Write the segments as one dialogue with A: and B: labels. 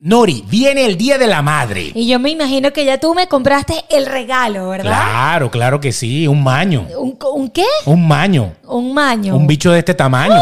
A: Nori, viene el Día de la Madre.
B: Y yo me imagino que ya tú me compraste el regalo, ¿verdad?
A: Claro, claro que sí, un maño.
B: ¿Un, un qué?
A: Un maño.
B: Un maño.
A: Un bicho de este tamaño,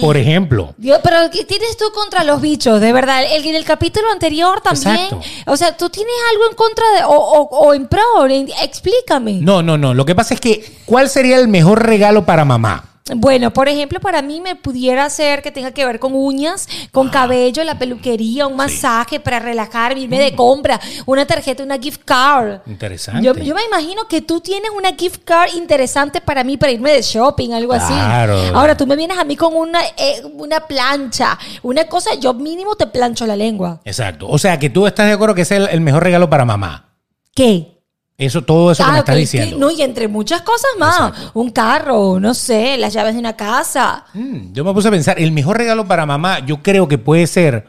A: por ejemplo.
B: Dios, pero ¿qué tienes tú contra los bichos? De verdad, el, en el capítulo anterior también.
A: Exacto.
B: O sea, ¿tú tienes algo en contra de, o, o- o en pro? En- Explícame.
A: No, no, no. Lo que pasa es que, ¿cuál sería el mejor regalo para mamá?
B: Bueno, por ejemplo, para mí me pudiera ser que tenga que ver con uñas,
A: Ah.
B: con cabello, la peluquería, un masaje para relajarme, irme
A: Mm.
B: de compra, una tarjeta, una gift card.
A: Interesante.
B: Yo, yo me imagino que tú tienes una gift card interesante para mí, para irme de shopping, algo
A: Claro.
B: así. Ahora tú me vienes a mí con una, eh, una plancha, una cosa, yo mínimo te plancho la lengua.
A: Exacto. O sea, que tú estás de acuerdo que ese es el, el mejor regalo para mamá.
B: ¿Qué?
A: Eso, todo eso que me
B: Ah,
A: estás
B: ok,
A: diciendo.
B: que- no, y entre muchas cosas más. Un carro, no sé, las llaves de una casa.
A: Mm, yo me puse a pensar, el mejor regalo para mamá, yo creo que puede ser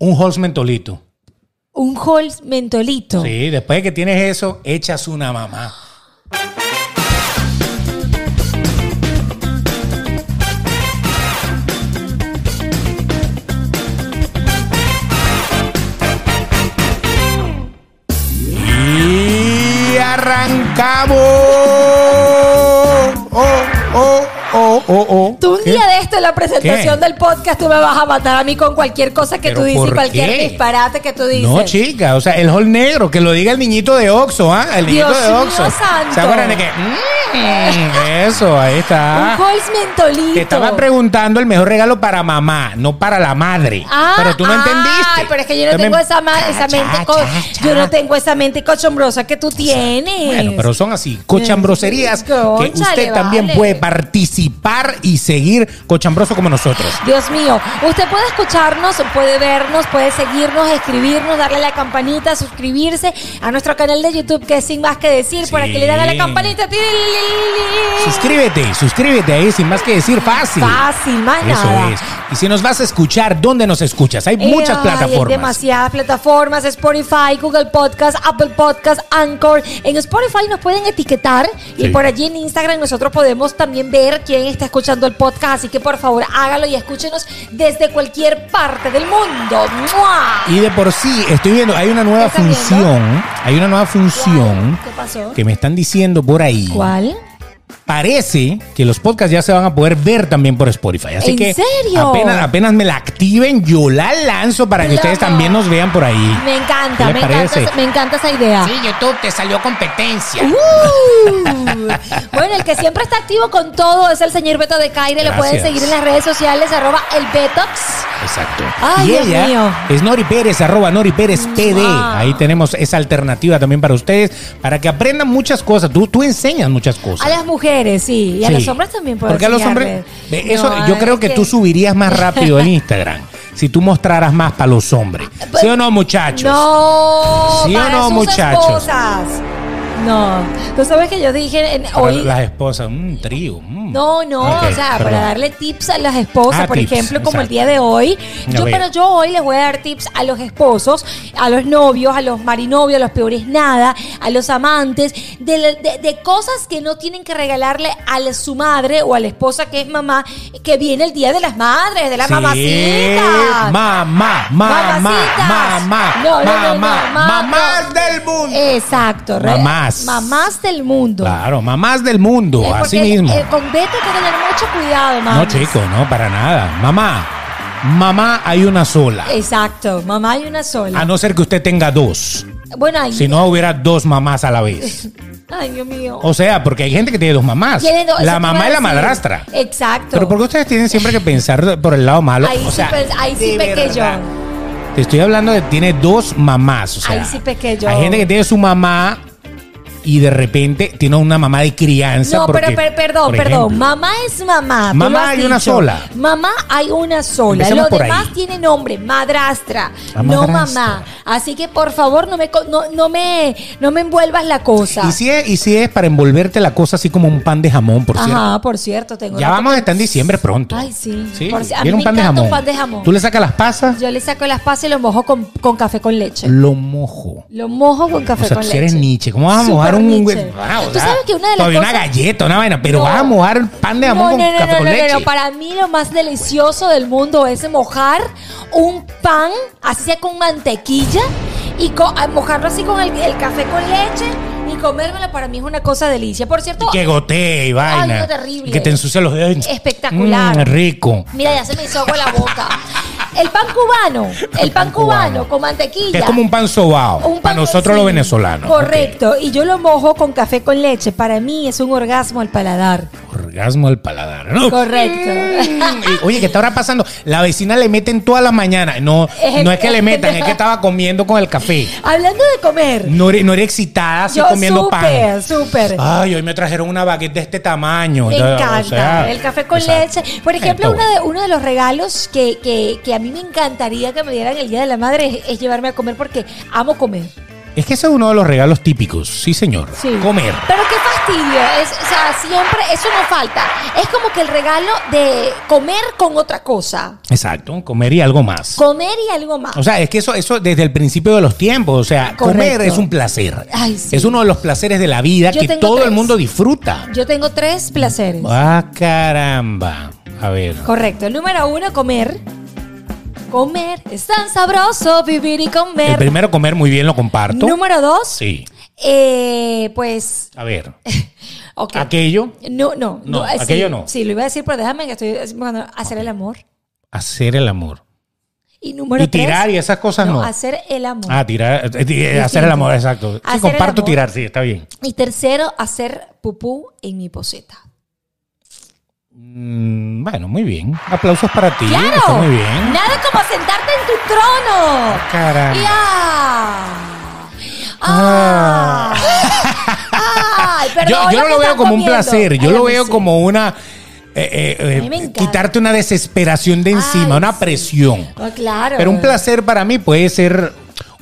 A: un Halls mentolito.
B: Un Halls mentolito.
A: Sí, después de que tienes eso, echas una mamá. Y arrancamos. Oh, oh, oh, oh, oh.
B: Tú un
A: ¿Qué?
B: día de esto en la presentación
A: ¿Qué?
B: del podcast tú me vas a matar a mí con cualquier cosa que
A: ¿Pero
B: tú dices, y
A: por
B: cualquier
A: qué?
B: disparate que tú dices.
A: No, chica, o sea, el hall negro, que lo diga el niñito de Oxxo, ¿ah? El niñito
B: Dios
A: de
B: mío
A: Oxxo.
B: santo.
A: ¿Se acuerdan de que? mm, eso, ahí está.
B: Un Halls mentolito.
A: Te estaba preguntando el mejor regalo para mamá, no para la madre.
B: Ah,
A: pero tú no
B: ah,
A: entendiste.
B: pero es que yo no
A: Entonces,
B: tengo esa, ma-
A: cha,
B: esa
A: cha,
B: mente co-
A: cha, cha.
B: yo no tengo esa mente cochombrosa que tú tienes.
A: Bueno, pero son así, cochambroserías
B: Cónchale,
A: que usted también
B: vale.
A: puede participar y seguir cochambroso como nosotros.
B: Dios mío, usted puede escucharnos, puede vernos, puede seguirnos, escribirnos, darle a la campanita, suscribirse a nuestro canal de YouTube que es sin más que decir, por
A: Sí.
B: aquí le dan a la campanita.
A: Suscríbete, suscríbete ahí, sin más que decir, fácil.
B: Fácil, más
A: Eso
B: Ah, nada. Eh,
A: es. Y si nos vas a escuchar, ¿dónde nos escuchas? Hay muchas
B: Ay,
A: plataformas.
B: Hay demasiadas plataformas, Spotify, Google Podcast, Apple Podcast, Anchor. En Spotify nos pueden etiquetar y
A: Sí.
B: por allí en Instagram nosotros podemos también ver quién está escuchando el podcast. Así que por favor hágalo y escúchenos desde cualquier parte del mundo. ¡Mua!
A: Y de por sí, estoy viendo, hay una nueva
B: ¿Estás viendo?
A: función, hay una nueva función
B: ¿Qué pasó?
A: que me están diciendo por ahí.
B: ¿Cuál?
A: Parece que los podcasts ya se van a poder ver también por Spotify. Así
B: ¿En
A: que
B: serio?
A: Apenas, apenas me la activen, yo la lanzo para que
B: Claro.
A: ustedes también nos vean por ahí.
B: Me encanta,
A: ¿Qué
B: me
A: les
B: encanta,
A: parece?
B: esa- me encanta esa idea.
A: YouTube te salió competencia.
B: Uh-huh. Uh. bueno, el que siempre está activo con todo es el señor Beto de Caire. Lo pueden
A: Gracias.
B: seguir en las redes sociales, arroba el Betox.
A: Exacto.
B: Ay,
A: y
B: Dios
A: ella
B: mío.
A: es Nori Pérez, arroba Nori Pérez PD.
B: Mua.
A: Ahí tenemos esa alternativa también para ustedes, para que aprendan muchas cosas. Tú, tú enseñas muchas cosas.
B: A las mujeres, sí. Y a
A: Sí.
B: los hombres también puedo
A: Porque a los hombres,
B: enseñarles.
A: ve, eso
B: No,
A: yo
B: es
A: creo que, tú subirías más rápido en Instagram si tú mostraras más para los hombres. ¿Sí o no, muchachos?
B: Ah, pues, No,
A: ¿Sí o
B: para
A: no,
B: sus
A: muchachos?
B: esposas. No, tú sabes que yo dije en-
A: Para
B: hoy.
A: las esposas, un trío. mm.
B: No, no,
A: Ok,
B: o sea, para
A: perdón.
B: darle tips a las esposas,
A: Ah,
B: por
A: tips,
B: ejemplo, como el
A: exacto.
B: día de hoy.
A: A
B: Yo,
A: ver.
B: pero yo hoy les voy a dar tips a los esposos, a los novios, a los marinovios, a los peores nada, a los amantes, de, la- de- de cosas que no tienen que regalarle a la- su madre o a la esposa que es mamá, que viene el día de las madres, de la
A: Sí,
B: mamacita.
A: Mamá, mamá,
B: Mamacitas.
A: mamá,
B: No, no, no, no,
A: mamá,
B: mamá,
A: mamás
B: no.
A: del mundo.
B: Exacto, re-
A: Mamás.
B: Mamás del mundo.
A: Claro, mamás del mundo,
B: Eh,
A: así
B: porque,
A: mismo.
B: eh, con Beto hay que tener mucho cuidado, mamá.
A: no, chico, no, para nada. Mamá, mamá hay una sola.
B: Exacto, mamá hay una sola.
A: A no ser que usted tenga dos.
B: Bueno, ahí.
A: Si Ah, no, hubiera dos mamás a la vez.
B: Ay, Dios mío.
A: O sea, porque hay gente que tiene dos mamás.
B: Eh, Tiene dos- eso
A: la
B: te
A: mamá
B: iba
A: y la
B: a decir.
A: madrastra.
B: Exacto.
A: Pero porque ustedes tienen siempre que pensar por el lado malo.
B: Ahí
A: o
B: sí
A: sea,
B: pe- ahí sí
A: de
B: pequé yo.
A: verdad. Te estoy hablando de tiene dos mamás. O sea,
B: Ahí sí pequé yo.
A: Hay gente que tiene su mamá y de repente tiene una mamá de crianza.
B: No, pero
A: porque,
B: per- perdón,
A: por
B: perdón.
A: ejemplo,
B: mamá es mamá. tú
A: Mamá
B: lo has
A: hay una
B: dicho.
A: sola.
B: Mamá hay una sola.
A: Empecemos
B: Lo
A: por
B: demás
A: ahí.
B: tiene nombre, madrastra,
A: La
B: no
A: madrastra.
B: mamá. Así que por favor no me co- no, no me no me envuelvas la cosa.
A: Y si, es, y si es para envolverte la cosa así como un pan de jamón, por cierto.
B: Ajá, por cierto, tengo
A: Ya
B: rato
A: vamos
B: que-
A: a estar en diciembre pronto.
B: Ay, sí.
A: Sí,
B: Por si- a mí
A: viene
B: me
A: un pan de,
B: encanta
A: jamón.
B: un pan de jamón.
A: Tú le sacas las pasas,
B: Yo le saco las pasas y lo mojo con, con café con leche.
A: lo mojo.
B: Lo mojo con café
A: O sea,
B: con
A: tú sí
B: leche.
A: eres Nietzsche. ¿Cómo vas a mojar mojar un.
B: Michelle.
A: Ah, o
B: Tú
A: sea,
B: sabes que una de las
A: todavía una
B: cosas-
A: galleta, una vaina, pero
B: No.
A: vas a mojar pan de jamón
B: No, no,
A: con
B: no,
A: café
B: no,
A: con
B: no, no,
A: leche.
B: no. Para mí lo más delicioso del mundo es mojar un pan, así sea con mantequilla, y co- a- mojarlo así con el, el café con leche y comérmelo. Para mí es una cosa delicia. Por cierto,
A: Y que gotee y vaina.
B: no, terrible.
A: Y que te ensucia los dedos.
B: Espectacular.
A: Mm, rico.
B: mira, ya se me hizo agua la boca. El pan cubano, el pan cubano con mantequilla.
A: Que es como un pan sobao.
B: Un
A: para
B: pan
A: nosotros
B: con-
A: los
B: sí,
A: venezolanos.
B: Correcto. Y yo lo mojo con café con leche. Para mí es un orgasmo al paladar.
A: Ok. Orgasmo al paladar. ¿no?
B: Correcto.
A: Y, Oye, ¿qué está ahora pasando? La vecina le meten todas las mañanas. No,
B: Es el-
A: no es que le
B: es-
A: metan, es que estaba comiendo con el café.
B: Hablando de comer.
A: No era, no era excitada así
B: Yo
A: comiendo pan.
B: súper, súper.
A: Ay, hoy me trajeron una baguette de este tamaño.
B: Me
A: O sea,
B: encanta. el café con
A: exacto.
B: leche. Por ejemplo,
A: Entonces,
B: uno de, uno de los regalos que, que- que a mí me encantaría que me dieran el Día de la Madre es, es llevarme a comer porque amo comer.
A: Es que ese es uno de los regalos típicos, sí señor.
B: Sí.
A: Comer.
B: Pero qué fastidio. Es, o sea, siempre eso no falta. Es como que el regalo de comer con otra cosa.
A: Exacto, comer y algo más.
B: Comer y algo más.
A: o sea, es que eso, eso desde el principio de los tiempos, o sea, comer
B: Correcto.
A: es un placer.
B: Ay, sí.
A: Es uno de los placeres de la vida
B: Yo
A: que
B: tengo
A: todo
B: tres.
A: el mundo disfruta.
B: Yo tengo tres placeres.
A: Ah, caramba. A ver.
B: Correcto. El número uno, comer. Comer. Es tan sabroso vivir y
A: El
B: comer.
A: primero comer muy bien lo comparto.
B: Número dos.
A: Sí.
B: Eh, pues,
A: A ver.
B: ok.
A: Aquello,
B: No, no,
A: Ah, No,
B: eh, sí,
A: aquello no.
B: Sí, lo iba a decir, pero déjame que estoy bueno, hacer el amor.
A: hacer el amor.
B: Y número
A: y tirar
B: tres,
A: y esas cosas no.
B: hacer el amor.
A: Ah, tirar, eh, eh, hacer el amor, exacto. Sí,
B: Hacer el
A: comparto
B: amor.
A: tirar, sí, está bien.
B: Y tercero, hacer pupú en mi poseta.
A: Mm, bueno, muy bien. Aplausos para ti.
B: ¡Claro!
A: Ah, está muy bien.
B: Nada como sentarte en tu trono.
A: Caramba.
B: Y ah. Ah. Ay, perdón,
A: yo, yo no
B: que
A: lo veo
B: están
A: como un
B: comiendo.
A: placer, yo
B: Ay, a
A: lo
B: mí
A: veo
B: sí.
A: como una... eh, eh, eh,
B: A mí me encanta.
A: quitarte una desesperación de encima,
B: Ay,
A: una
B: sí.
A: presión.
B: Ah, claro.
A: Pero un placer para mí puede ser,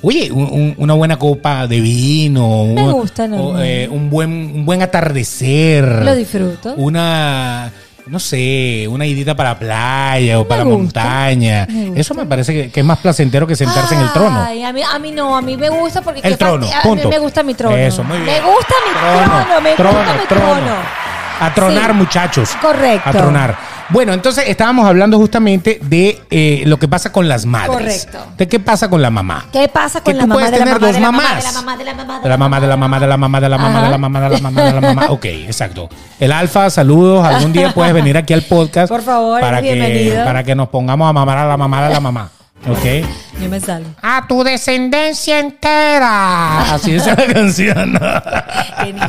A: oye, un- un- una buena copa de vino,
B: Me
A: un,
B: gusta, no,
A: o,
B: no.
A: eh, un buen, un buen atardecer.
B: Lo disfruto.
A: Una, no sé, una idita para playa o para
B: gusta,
A: montaña.
B: me gusta.
A: Eso me parece que, que es más placentero que sentarse en el trono.
B: Ay, a mí, a mí no, a mí me gusta porque...
A: El
B: qué
A: trono,
B: fasti- a
A: punto.
B: mí ah, me gusta mi trono.
A: Eso, muy bien.
B: Me gusta mi trono, me gusta mi trono.
A: A tronar,
B: Sí.
A: muchachos.
B: Correcto.
A: A tronar. Bueno, entonces estábamos hablando justamente de eh, lo que pasa con las madres.
B: Correcto.
A: ¿De qué pasa con la mamá?
B: ¿Qué pasa
A: Que
B: con la
A: tú
B: mamá
A: puedes
B: de la
A: tener
B: mamá
A: dos
B: de la mamá
A: mamás.
B: de la mamá de la mamá
A: De la mamá, de la mamá, de la mamá, de la mamá, de la
B: Ajá.
A: mamá, de la mamá, de la mamá. Ok, exacto. El alfa, saludos. Algún día puedes venir aquí al podcast.
B: Por favor,
A: para
B: eres
A: que,
B: bienvenido.
A: para que nos pongamos a mamar a la mamá de la mamá. Ok.
B: Yo me salgo.
A: A tu descendencia entera. Así es la canción.
B: Qué nicho.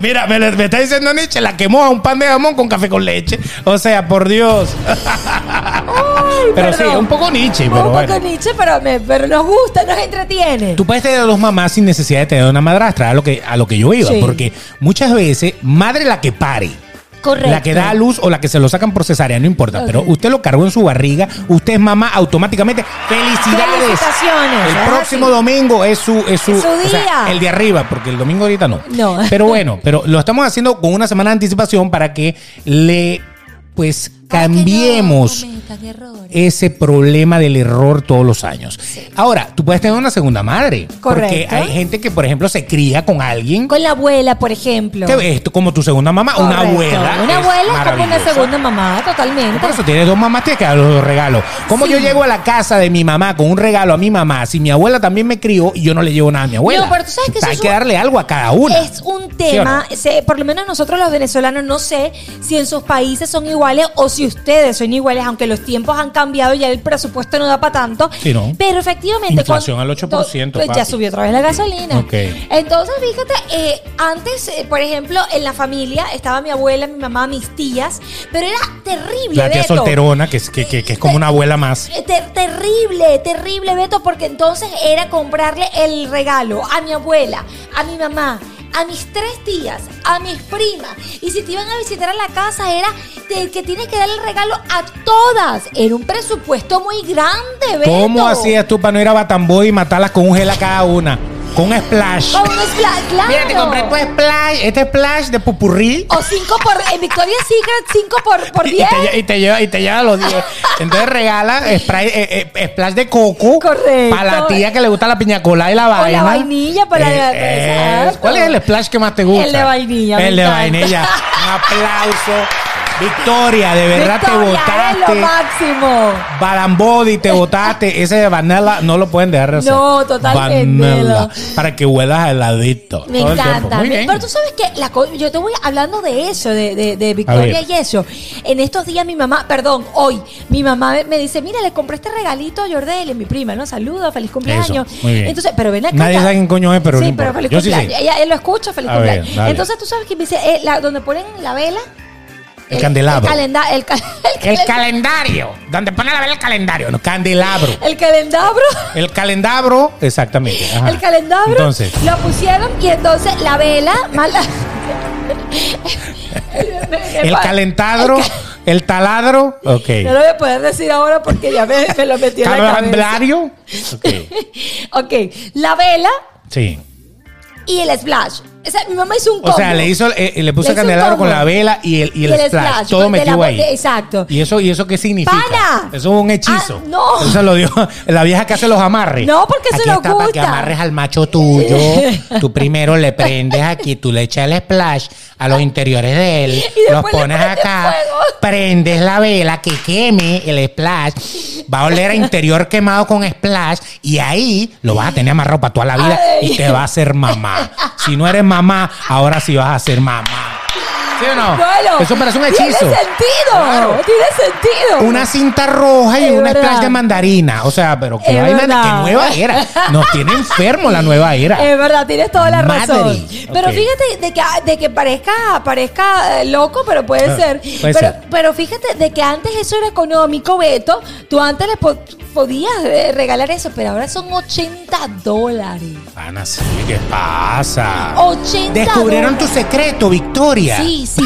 A: Mira, me, le- me está diciendo Nietzsche, la quemó a un pan de jamón con café con leche. O sea, por Dios. pero sí,
B: perdón.
A: un poco Nietzsche,
B: Un
A: pero
B: poco
A: bueno.
B: niche, pero, me- pero nos gusta, nos entretiene.
A: Tú puedes tener dos mamás sin necesidad de tener una madrastra, a lo que, a lo que yo iba,
B: Sí.
A: porque muchas veces, madre la que pare.
B: Correcto.
A: La que da a luz o la que se lo sacan por cesárea, no importa.
B: Ok.
A: Pero usted lo cargó en su barriga, usted es mamá automáticamente. ¡Felicidades!
B: Felicitaciones.
A: El
B: Ajá,
A: próximo
B: sí.
A: domingo es su, es su,
B: Es su
A: o sea,
B: día.
A: el de arriba, porque el domingo ahorita no.
B: No.
A: Pero bueno, pero lo estamos haciendo con una semana de anticipación para que le, pues,
B: Para Ah, que no
A: cambiemos Eh,
B: cometan errores.
A: ese problema del error todos los años. Ahora, tú puedes tener una segunda madre. Porque
B: Correcto.
A: hay gente que, por ejemplo, se cría con alguien
B: Con la abuela, por ejemplo.
A: que es como tu segunda mamá, ah, una
B: Correcto.
A: abuela.
B: Una
A: es
B: abuela es como una
A: maravillosa.
B: segunda mamá, totalmente.
A: Por eso tienes dos mamás, tienes que dar los dos regalos. ¿Cómo
B: Sí.
A: yo llego a la casa de mi mamá con un regalo a mi mamá si mi abuela también me crió y yo no le llevo nada a mi abuela?
B: No, pero tú sabes que
A: O sea,
B: eso
A: hay
B: es
A: que
B: un-
A: darle algo a cada una.
B: Es un tema, se- por lo menos nosotros los venezolanos, no sé si en sus países son iguales o si ustedes son iguales, aunque los tiempos han cambiado y ya el presupuesto no da para tanto.
A: Sí, ¿no?
B: Pero efectivamente.
A: Inflación
B: cuando-
A: al 8%,
B: to-
A: papi.
B: Ya subió otra vez la gasolina.
A: Ok.
B: Entonces, fíjate, eh, antes, eh, por ejemplo, en la familia estaba mi abuela, mi mamá, mis tías, pero era terrible.
A: La tía
B: Beto.
A: solterona, que es, que, que- que es como una abuela más.
B: Eh, ter- terrible, terrible, Beto, porque entonces era comprarle el regalo a mi abuela, a mi mamá, a mis tres tías, a mis primas. Y si te iban a visitar a la casa, era de que tienes que darle el regalo a todas. Era un presupuesto muy grande, Beto.
A: ¿Cómo hacías tú para no ir a Batamboy y matarlas con un gel a cada una? con un splash.
B: Con un splash, claro.
A: Mira, te compré tu splash, este splash de pupurrí.
B: O 5 por. En Victoria's Secret, 5 por, por
A: Y
B: 10.
A: te, lle- y te lleva, y te lleva los 10. Entonces regala spray, eh, eh, splash de coco.
B: Correcto.
A: Para la tía que le gusta la piña colada y la
B: la
A: vaina.
B: vainilla para-
A: Eh, es-
B: exacto.
A: ¿Cuál es el splash que más te gusta?
B: El de vainilla, me
A: El de
B: encanta.
A: vainilla. Un aplauso. Victoria, de verdad
B: Victoria,
A: te
B: eres
A: votaste.
B: lo máximo.
A: Barambodi, te botaste. Ese de vanilla no lo pueden dejar de hacer.
B: No, totalmente.
A: Vanilla. Para que huelas a heladito.
B: Me
A: todo el tiempo.
B: encanta.
A: Muy bien.
B: Pero tú sabes que la co- yo te voy hablando de eso, de, de- de
A: A
B: Victoria
A: ver.
B: y eso. En estos días mi mamá, perdón, hoy, mi mamá me- me dice, mira, le compré este regalito a Jordel, mi prima, ¿no? Saludos, feliz cumpleaños.
A: Eso, muy bien.
B: Entonces, pero ven acá.
A: Nadie
B: ya-
A: sabe quién coño es, pero no
B: Sí,
A: importa.
B: pero feliz
A: Yo sí
B: cumpleaños.
A: sé.
B: Ella, él lo escucha, feliz
A: A ver,
B: cumpleaños.
A: dale.
B: Entonces tú sabes que me dice, eh, la- donde ponen la vela.
A: El candelabro.
B: El, calenda- el cal- el
A: El
B: calen-
A: calendario. Donde pone la vela el calendario. No, candelabro.
B: el calendabro.
A: El calendabro. Exactamente. ajá.
B: El calendabro.
A: Ah, Entonces.
B: Lo pusieron y entonces la vela. Más la-
A: El calentadro. El taladro. Ok.
B: No lo voy a poder decir ahora porque ya me, me lo metí en la cabeza.
A: Calendario. Ok.
B: Ok, la vela
A: Sí.
B: y el splash. O sea, mi mamá hizo un combo.
A: O sea, le hizo, eh, le puso el
B: Le hizo un
A: candelabro
B: combo.
A: con la vela y el, y el
B: Y el
A: splash,
B: splash,
A: Todo
B: de la
A: metido ahí.
B: botella, exacto.
A: ¿Y eso, ¿Y eso qué significa?
B: ¡Pana!
A: Eso es un hechizo.
B: Ah, no.
A: Eso lo dio la vieja que hace los amarres.
B: No, porque
A: aquí
B: se lo
A: está Para que
B: gusta.
A: amarres al macho tuyo. tú primero le prendes aquí, tú le echas el splash a los interiores de él.
B: Y
A: Los
B: después le
A: pones
B: prendes
A: acá.
B: fuego.
A: Prendes la vela que queme el splash. Va a oler a interior quemado con splash. Y ahí lo vas a tener amarrado para toda la vida.
B: Ay.
A: Y te va a hacer mamá. Si no eres mamá, ahora sí vas a ser mamá. ¿Sí o no?
B: Bueno,
A: Eso parece un hechizo.
B: Tiene sentido.
A: Claro.
B: Tiene sentido.
A: Una cinta roja y
B: Es
A: un
B: verdad.
A: splash de mandarina. O sea, pero qué
B: Es
A: vaina,
B: verdad.
A: qué nueva era. Nos tiene enfermo la nueva era.
B: Es verdad, tienes toda la
A: Madre.
B: razón. Pero
A: Ok.
B: fíjate de que, de que parezca, parezca eh, loco, pero puede
A: Ah,
B: ser.
A: puede
B: pero,
A: ser.
B: pero fíjate de que antes eso era económico, Beto. Tú antes le po- podías eh, regalar eso, pero ahora son 80 dólares.
A: Ana, sí, ¿qué pasa?
B: 80
A: Descubrieron tu
B: dólares.
A: secreto, Victoria.
B: Sí, sí.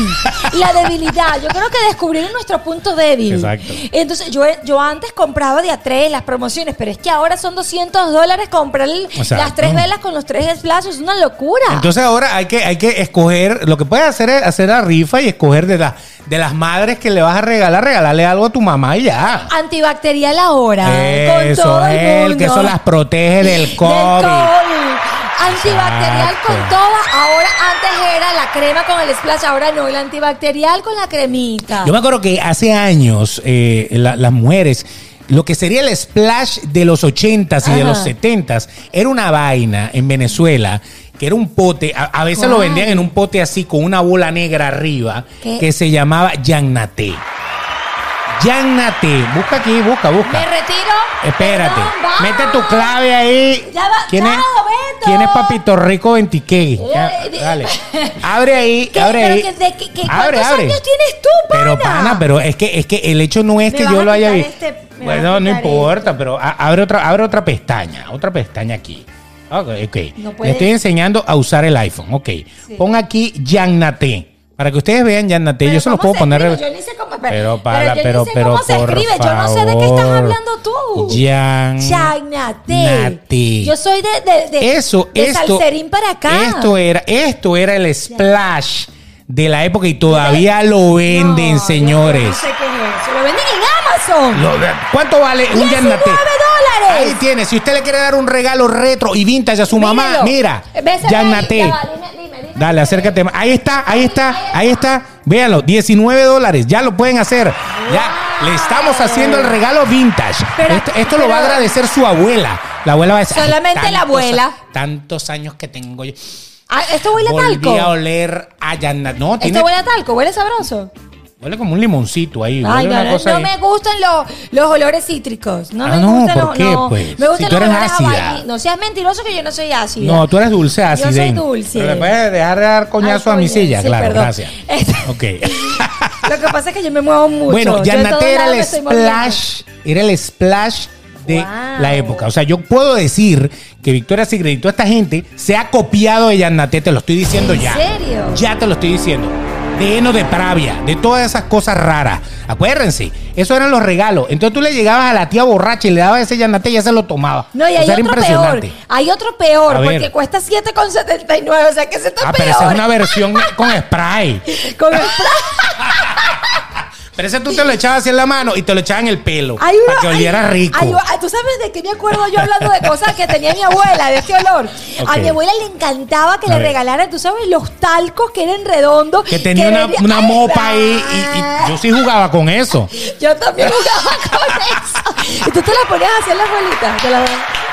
B: La debilidad. Yo creo que descubrieron nuestro punto débil.
A: Exacto.
B: Entonces, yo, yo antes compraba de a tres las promociones, pero es que ahora son 200 dólares comprar el-
A: O sea,
B: las tres
A: no.
B: velas con los tres splashes. Es una locura.
A: Entonces ahora hay que, hay que escoger, lo que puedes hacer es hacer la rifa y escoger de, la- de las madres que le vas a regalar, regalarle algo a tu mamá y ya.
B: antibacterial ahora.
A: Eso
B: con todo el
A: es,
B: mundo.
A: que eso las protege del
B: Del
A: COVID.
B: COVID. Antibacterial
A: Exacto.
B: con toda. Ahora antes era la crema con el splash, ahora no, el antibacterial con la cremita.
A: Yo me acuerdo que hace años eh, la- las mujeres, lo que sería el splash de los 80s y de
B: Ajá.
A: los 70s, era una vaina en Venezuela que era un pote, a, a veces lo
B: ¿Cuál?
A: vendían en un pote así con una bola negra arriba
B: ¿Qué?
A: que se llamaba Yannate. Yannate, busca aquí, busca,
B: Me
A: busca.
B: retiro.
A: Espérate,
B: Perdón, va.
A: mete tu clave ahí.
B: Ya va,
A: ¿Quién,
B: ya,
A: es,
B: Beto.
A: ¿Quién es Papito Rico 20K? Ya,
B: Eh, di-
A: dale. Abre ahí,
B: ¿Qué?
A: abre
B: ¿Pero
A: ahí.
B: que- de- que- que- cuántos años tienes tú, pana?
A: Pero pana, pero es que, es que el hecho no es
B: Me
A: que
B: vas
A: yo
B: a
A: lo haya
B: quitar
A: visto.
B: este- me vas
A: bueno,
B: a
A: no
B: quitar
A: importa, pero a- abre otra, abre otra pestaña, otra pestaña aquí. Ok, ok.
B: No
A: Le
B: puedes-
A: estoy enseñando a usar el iPhone. Ok. Pon aquí Yannate. Para que ustedes vean Yannate, yo se los puedo
B: ¿cómo
A: poner.
B: escribe? Yo ni sé cómo,
A: Pero, para,
B: yo ni
A: pero,
B: sé
A: pero,
B: cómo se
A: por
B: escribe. Yo no sé de qué estás
A: favor.
B: hablando tú.
A: Yan-
B: Chagnate.
A: Nate.
B: Yo soy de, de, de-
A: Eso,
B: de
A: esto.
B: Salserín para acá.
A: Esto era, esto era el splash de la época y todavía lo venden,
B: No, yo No
A: señores.
B: sé qué es eso. Lo venden en Amazon.
A: Lo- ¿Cuánto vale un
B: 19
A: yandate?
B: dólares.
A: Ahí tiene. Si usted le quiere dar un regalo retro y vintage a su mamá,
B: Míralo.
A: mira.
B: Bésame ahí.
A: Yannate.
B: Ya va, dime, dime, dime.
A: Dale, acércate. más. Ahí está, ahí está, ahí está. Véanlo, 19 dólares. Ya lo pueden hacer. Ya, le estamos haciendo el regalo vintage.
B: Pero-
A: esto esto lo va a
B: pero-
A: agradecer su abuela. La abuela va a decir. "Ay,
B: Solamente la
A: tantos-
B: abuela".
A: Tantos años que tengo yo.
B: Ah, esto huele a
A: Volví a
B: talco.
A: oler a Yannate. No, tiene.
B: Esto huele a talco, huele sabroso.
A: Huele como un limoncito ahí.
B: Ay,
A: huele
B: no,
A: una
B: no,
A: cosa
B: no
A: ahí.
B: me gustan los, los olores cítricos. No
A: Ah,
B: me
A: no,
B: gustan
A: ¿por
B: los,
A: qué,
B: no.
A: pues?
B: Me gustan
A: Si tú
B: los
A: eres
B: olores a
A: ácida.
B: vainilla. No seas mentiroso que yo no soy ácida.
A: No, tú eres dulce ácida.
B: soy
A: Ina.
B: dulce.
A: Pero le puedes dejar de dar coñazo
B: Ay,
A: a mi
B: coño,
A: silla,
B: sí,
A: claro,
B: perdón.
A: gracias.
B: Este-
A: ok.
B: Lo que pasa es que yo me muevo mucho.
A: bueno,
B: Yo en todos
A: Yanate era
B: lados me
A: el
B: estoy moviendo.
A: splash, era el splash de
B: Wow.
A: la época. O sea, yo puedo decir que Victoria Secret y toda esta gente se ha copiado de Yanate, te lo estoy diciendo
B: ¿En
A: ya.
B: serio?
A: Ya te lo estoy diciendo. de heno de pravia, de todas esas cosas raras. Acuérdense, esos eran los regalos. Entonces tú le llegabas a la tía borracha y le dabas ese yanate y ella se lo tomaba.
B: No, y
A: O
B: hay
A: sea, era
B: otro peor. Hay otro peor,
A: A ver.
B: porque cuesta 7,79. O sea que ese está
A: Ah,
B: peor.
A: pero esa es una versión con spray.
B: Con el-
A: Pero ese tú te lo echabas así en la mano y te lo echabas en el pelo.
B: Hay una-
A: para que
B: hay-
A: oliera rico.
B: hay- ah, Tú sabes de qué me acuerdo yo hablando de cosas que tenía mi abuela, de este olor. A
A: Ok.
B: mi abuela le encantaba que
A: A
B: le
A: ver.
B: regalaran, tú sabes, los talcos que eran redondos.
A: que tenía una,
B: venía-
A: una
B: ¡Ay,
A: mopa ahí y, y yo sí jugaba con eso.
B: Yo también jugaba con eso. Y tú te la ponías así en las bolitas. te la-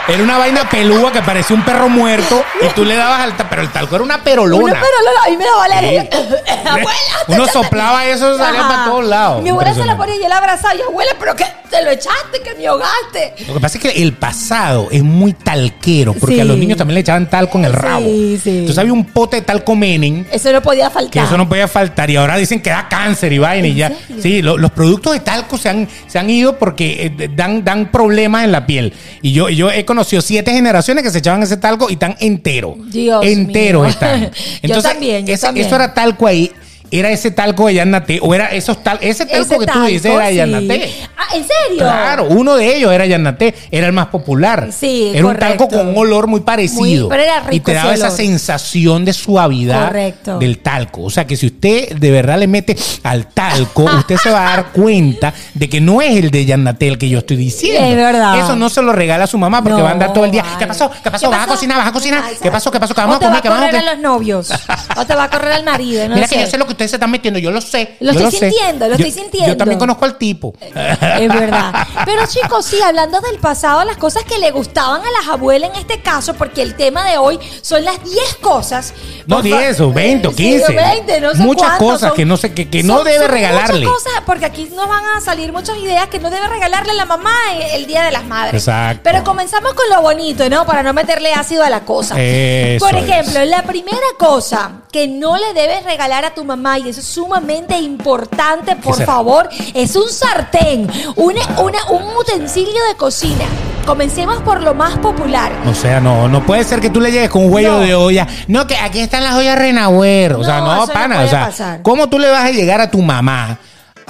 A: Era una vaina pelúa que parecía un perro muerto y tú le dabas al ta- pero el talco era una perolona.
B: Uno, pero olor, a mí me daba la
A: Sí.
B: Abuela.
A: Uno
B: te- te-
A: soplaba eso y salía
B: Ajá.
A: para todos lados.
B: Mi abuela se la
A: Impresionante.
B: ponía y yo la abrazaba. Y yo, abuela, pero que te lo echaste, que me ahogaste.
A: Lo que pasa es que el pasado es muy talquero, porque
B: Sí.
A: a los niños también le echaban talco en el
B: Sí,
A: rabo.
B: sí.
A: Entonces había un pote de talco Menem,
B: Eso no podía faltar.
A: que eso no podía faltar, y ahora dicen que da cáncer y vaina y
B: ¿En
A: ya.
B: serio?
A: Sí, lo- los productos de talco se han, se han ido porque eh, de- dan, dan problemas en la piel. Y yo, yo he conocido siete generaciones que se echaban ese talco y están enteros.
B: Dios
A: enteros
B: mío.
A: están.
B: Yo también, yo
A: ese-
B: también.
A: Eso era talco ahí. Era ese talco de Yanate, o era esos tal, ese talco
B: Ese
A: que tú
B: talco,
A: dices era
B: sí.
A: Yanate.
B: Ah, ¿en serio?
A: Claro, uno de ellos era Yanaté, era el más popular.
B: Sí,
A: Era un
B: correcto.
A: talco con un olor muy parecido.
B: Muy- pero era rico
A: y te daba
B: ese
A: esa
B: olor.
A: sensación de suavidad
B: Correcto.
A: del talco. O sea que si usted de verdad le mete al talco, usted se va a dar cuenta de que no es el de Yanaté el que yo estoy diciendo.
B: Es verdad.
A: Eso no se lo regala a su mamá porque
B: No,
A: va a andar todo el día.
B: vale.
A: ¿Qué pasó? ¿Qué pasó? ¿Vas a cocinar? ¿Vas a cocinar?
B: Exacto.
A: ¿Qué pasó? ¿Qué pasó? ¿Qué vamos
B: o
A: a
B: te
A: comer? ¿Qué
B: va a
A: vamos a
B: correr a
A: comer?
B: los novios. O te va a correr al marido. No
A: Mira
B: sé.
A: que yo sé lo que ustedes se están metiendo, yo lo sé.
B: Lo
A: yo
B: estoy sintiendo, lo
A: Yo-
B: estoy sintiendo.
A: Yo también conozco al tipo.
B: Es verdad. Pero chicos, sí, hablando del pasado, las cosas que le gustaban a las abuelas en este caso, porque el tema de hoy son las 10 cosas.
A: No,
B: Por fa-
A: 10 o 20 o
B: Sí,
A: 15.
B: o 20, no sé
A: Muchas
B: cuánto,
A: cosas
B: son-
A: que no sé- que- que no debe regalarle.
B: Muchas cosas, porque aquí nos van a salir muchas ideas que no debe regalarle la mamá el- el Día de las Madres.
A: Exacto.
B: Pero comenzamos con lo bonito, ¿no? Para no meterle ácido a la cosa.
A: Eso
B: Por
A: es.
B: ejemplo, la primera cosa que no le debes regalar a tu mamá, y eso es sumamente importante, por
A: será?
B: favor, es un sartén, una- una- un utensilio de cocina. Comencemos por lo más popular.
A: O sea, no, no puede ser que tú le llegues con un huello
B: No.
A: de olla. No, que aquí están las ollas Renauer. O sea,
B: No,
A: no,
B: eso no
A: pana.
B: puede
A: o sea,
B: pasar.
A: ¿cómo tú le vas a llegar a tu mamá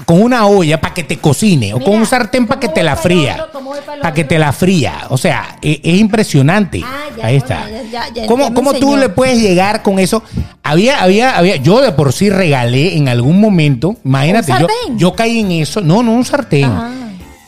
A: con una olla para que te cocine? o con
B: Mira,
A: un sartén para
B: ¿cómo
A: que
B: voy
A: te la
B: pa'l
A: fría.
B: otro? ¿Cómo voy pa'l
A: Para que
B: otro?
A: te la fría. O sea, e- es, impresionante.
B: Ah, ya,
A: Ahí
B: bueno,
A: está.
B: ya, ya, ya, ya
A: ¿Cómo,
B: me
A: cómo tú
B: enseñó.
A: le puedes llegar con eso? Había, había, había, yo de por sí regalé en algún momento, imagínate, yo,
B: sartén?
A: yo caí en eso, no, no un sartén,
B: Ajá.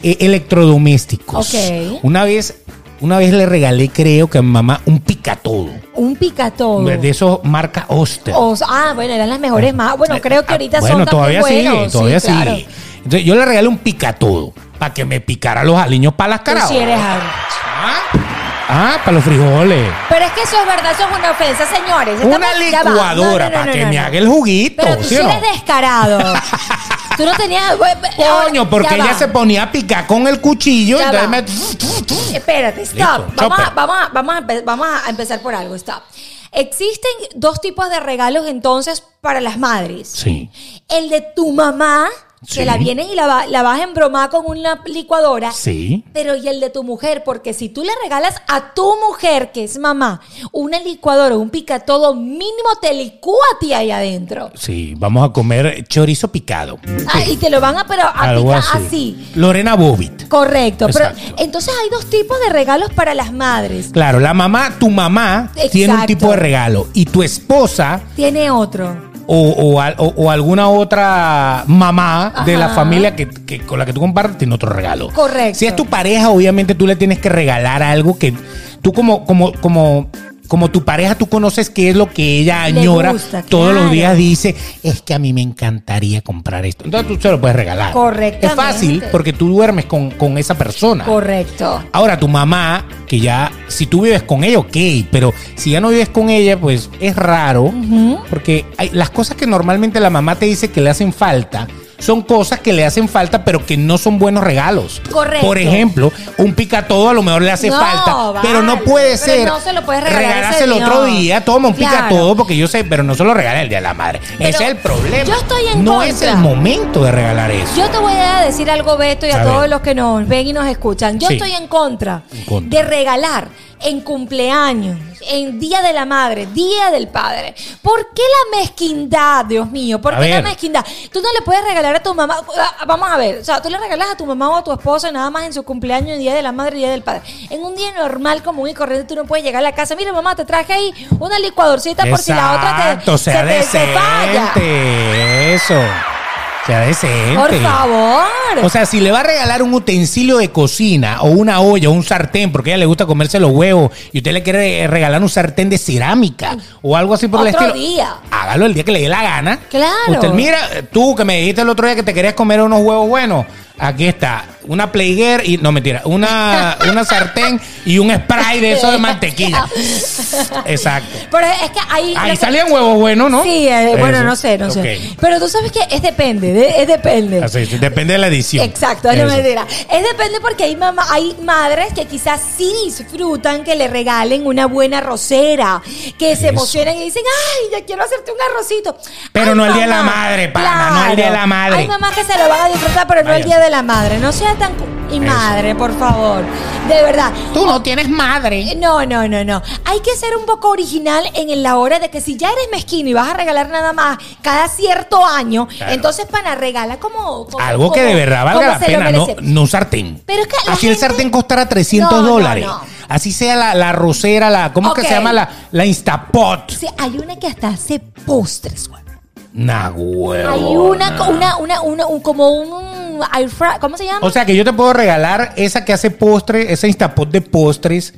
A: Eh, electrodomésticos.
B: Ok.
A: Una vez, una vez le regalé, creo que a mi mamá, un picatodo.
B: Un picatodo.
A: De esos marca Oster.
B: O- ah, bueno, eran las mejores más. Bueno, creo que ahorita
A: Ah,
B: son
A: bueno, todavía
B: también buenos.
A: sigue, todavía
B: sí, claro.
A: sigue. Entonces, yo le regalé un picatodo para que me picara los aliños para las
B: Tú
A: caras.
B: sí eres algo.
A: Ah, ah, para los frijoles.
B: Pero es que eso es verdad, eso es una ofensa, señores.
A: Una
B: Estamos- ya va.
A: licuadora
B: No, no, no,
A: para
B: no,
A: que
B: no,
A: me
B: no.
A: haga el juguito.
B: Pero tú sí
A: ¿sí o no?
B: eres descarado. tú no tenías.
A: Coño, porque
B: ya
A: ella
B: va.
A: se ponía a picar con el cuchillo.
B: Ya
A: entonces
B: va.
A: me-
B: Espérate, stop.
A: Listo,
B: vamos, a,
A: chopper.
B: vamos, a- vamos, a, empe- vamos a empezar por algo, stop. Existen dos tipos de regalos entonces para las madres.
A: Sí.
B: El de tu mamá, que
A: Sí.
B: la vienes y la, va- la vas a embromar con una licuadora.
A: Sí.
B: Pero y el de tu mujer, porque si tú le regalas a tu mujer, que es mamá, una licuadora, un picatodo mínimo, te licúa a ti ahí adentro.
A: Sí, vamos a comer chorizo picado.
B: Ah, y te lo van a, pero a
A: Algo
B: picar
A: así.
B: así.
A: Lorena Bobbitt.
B: Correcto. Pero
A: Exacto.
B: entonces hay dos tipos de regalos para las madres.
A: Claro, la mamá, tu mamá tiene
B: Exacto.
A: un tipo de regalo y tu esposa
B: Tiene otro.
A: o, o al- o- o alguna otra mamá de la
B: Ajá.
A: familia que, que- con la que tú compartes tiene otro regalo.
B: Correcto.
A: Si es tu pareja, obviamente tú le tienes que regalar algo que tú como como como como tu pareja, tú conoces qué es lo que ella
B: Le
A: añora.
B: gusta,
A: Todos
B: claro.
A: los días dice, es que a mí me encantaría comprar esto. Entonces tú se lo puedes regalar. Es
B: Correctamente.
A: fácil porque tú duermes con, con esa persona.
B: Correcto.
A: Ahora, tu mamá, que ya, si tú vives con ella, ok, pero si ya no vives con ella, pues es raro, porque hay, las cosas que normalmente la mamá te dice que le hacen falta, son cosas que le hacen falta, pero que no son buenos regalos.
B: Correcto.
A: Por ejemplo, un picatodo a lo mejor le hace
B: No,
A: falta,
B: vale,
A: pero no puede
B: pero
A: ser.
B: no se lo puedes regalar
A: Regalarse el
B: ese
A: otro
B: día.
A: día, toma un
B: Claro.
A: picatodo, porque yo sé, pero no se lo regala el día de la madre.
B: Pero
A: Ese es el problema.
B: yo estoy en
A: No es
B: contra.
A: el momento de regalar eso.
B: Yo te voy a decir algo, Beto, y a,
A: A
B: todos
A: ver.
B: los que nos ven y nos escuchan. Yo
A: Sí.
B: estoy en contra,
A: En contra.
B: de regalar en cumpleaños, en Día de la Madre, Día del Padre. ¿Por qué la mezquindad, Dios mío? ¿Por
A: A
B: qué la
A: ver.
B: mezquindad? Tú no le puedes regalar a tu mamá, ah, vamos a ver, o sea, tú le regalas a tu mamá o a tu esposa nada más en su cumpleaños, en Día de la Madre, Día del Padre. En un día normal, común y corriente, tú no puedes llegar a la casa, mira mamá, te traje ahí una licuadorcita por si la otra te,
A: Exacto, sea
B: se te- se falla.
A: decente. Eso. Sea decente.
B: Por favor.
A: O sea, si le va a regalar un utensilio de cocina o una olla o un sartén, porque a ella le gusta comerse los huevos y usted le quiere regalar un sartén de cerámica o algo así por el
B: Otro
A: estilo.
B: día.
A: Hágalo el día que le dé la gana.
B: Claro.
A: Usted mira, tú que me dijiste el otro día que te querías comer unos huevos buenos. Aquí está, una playgirl y no mentira, una, una sartén y un spray de eso de mantequilla. Exacto.
B: Pero es que ahí. lo
A: Ahí
B: que-
A: salían huevos buenos, ¿no?
B: Sí, eh, bueno,
A: Eso.
B: no sé, no sé.
A: Ok.
B: Pero tú sabes que es depende, de- es depende.
A: Así, depende de la edición.
B: Exacto, es
A: Eso.
B: mentira. Es depende porque hay mamá, hay madres que quizás sí disfrutan que le regalen una buena rosera, que se
A: Eso.
B: emocionan y dicen, ay, ya quiero hacerte un arrocito.
A: Pero
B: Ay,
A: no el Día de la Madre, pana, no el Día de la Madre.
B: Hay mamás que se lo van a disfrutar, pero no el
A: Váyanse.
B: día de la madre. No sea tan cu- y
A: Eso.
B: madre, por favor. De verdad.
A: Tú no tienes madre.
B: Eh, No, no, no, no. Hay que ser un poco original en la hora de que si ya eres mezquino y vas a regalar nada más cada cierto año,
A: Claro.
B: entonces pana regala como, como-
A: Algo que
B: como-
A: de verdad valga
B: como
A: la
B: se lo
A: pena, no,
B: merece.
A: no un sartén.
B: Pero es que la
A: Así el
B: gente-
A: sartén costará 300
B: No, no,
A: dólares.
B: no.
A: Así sea la, la rosera, la. ¿Cómo
B: Ok.
A: que se llama? La, la Instapot.
B: Sí, hay una que hasta hace postres, güey.
A: Nah, huevo.
B: Hay una, co- una, una, una- un- como un air fry- ¿cómo se llama?
A: O sea que yo te puedo regalar esa que hace postre, esa Instapot de postres.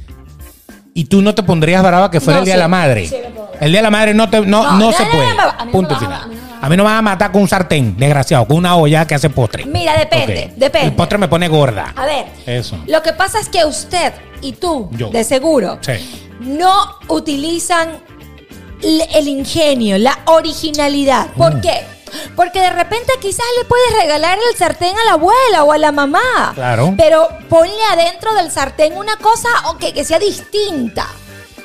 A: Y tú no te pondrías brava que fuera
B: No,
A: el Día
B: sí,
A: de la Madre.
B: sí me pongo brava.
A: el Día de la Madre no, te, no,
B: No,
A: no
B: no,
A: se
B: no, no,
A: puede.
B: no, no, a mí no
A: Punto
B: me
A: final.
B: va- a mí no me va-
A: A mí no me van a matar con un sartén, desgraciado, con una olla que hace postre.
B: Mira, depende,
A: Ok.
B: depende.
A: El postre me pone gorda.
B: A ver,
A: Eso.
B: lo que pasa es que usted y tú,
A: Yo.
B: de seguro,
A: Sí.
B: no utilizan l- el ingenio, la originalidad.
A: Mm.
B: ¿Por qué? Porque de repente quizás le puedes regalar el sartén a la abuela o a la mamá.
A: Claro.
B: Pero ponle adentro del sartén una cosa o que, que sea distinta.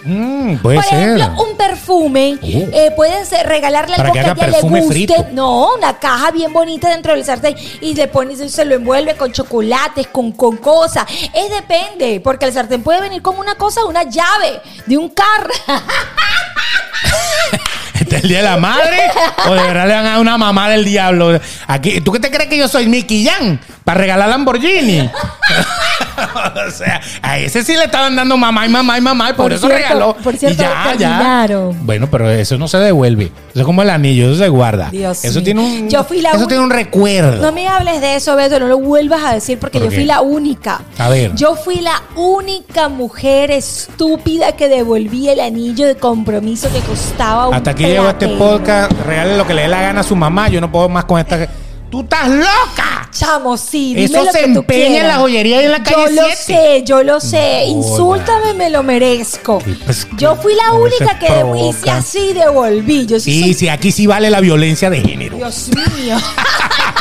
A: Mm, puede
B: Por
A: ser.
B: ejemplo, un perfume.
A: Oh.
B: eh, puedes eh, regalarle
A: Para
B: algo que,
A: que
B: a
A: haga
B: ella le
A: perfume
B: guste.
A: frito.
B: No, una caja bien bonita dentro del sartén y le pones, se lo envuelve con chocolates, con, con cosas. Es depende, porque el sartén puede venir con una cosa, una llave de un carro.
A: ¿Este es el día de la madre? ¿O de verdad le van a dar una mamá del diablo? Aquí, ¿Tú qué te crees que yo soy Nicky Jan? Para regalar Lamborghini. o sea, a ese sí le estaban dando mamá y mamá y mamá y por,
B: Por
A: eso
B: cierto,
A: regaló.
B: por
A: y
B: cierto,
A: ya, ya.
B: terminaron.
A: Bueno, pero eso no se devuelve. Eso es como el anillo, eso se guarda.
B: Dios
A: eso
B: mío.
A: tiene un
B: Yo fui la
A: Eso
B: uni-
A: tiene un recuerdo.
B: No me hables de eso, Beto, no lo vuelvas a decir porque
A: ¿Por
B: yo
A: qué?
B: fui la única.
A: A ver.
B: Yo fui la única mujer estúpida que devolví el anillo de compromiso que costaba un
A: Hasta aquí llegó este
B: platero.
A: podcast. Regale lo que le dé la gana a su mamá. Yo no puedo más con esta. ¡Tú estás loca!
B: Chamo, sí, dime
A: Eso
B: lo
A: se
B: que tú
A: empeña en
B: quieras.
A: la joyería y en la calle
B: Yo lo
A: siete.
B: sé, yo lo sé.
A: No,
B: Insúltame, me lo merezco.
A: Sí, pues,
B: yo fui la
A: no
B: única
A: se
B: que dev- hice
A: provoca.
B: así devolví. Yo sí,
A: Sí,
B: soy-
A: sí, aquí sí vale la violencia de género.
B: Dios mío.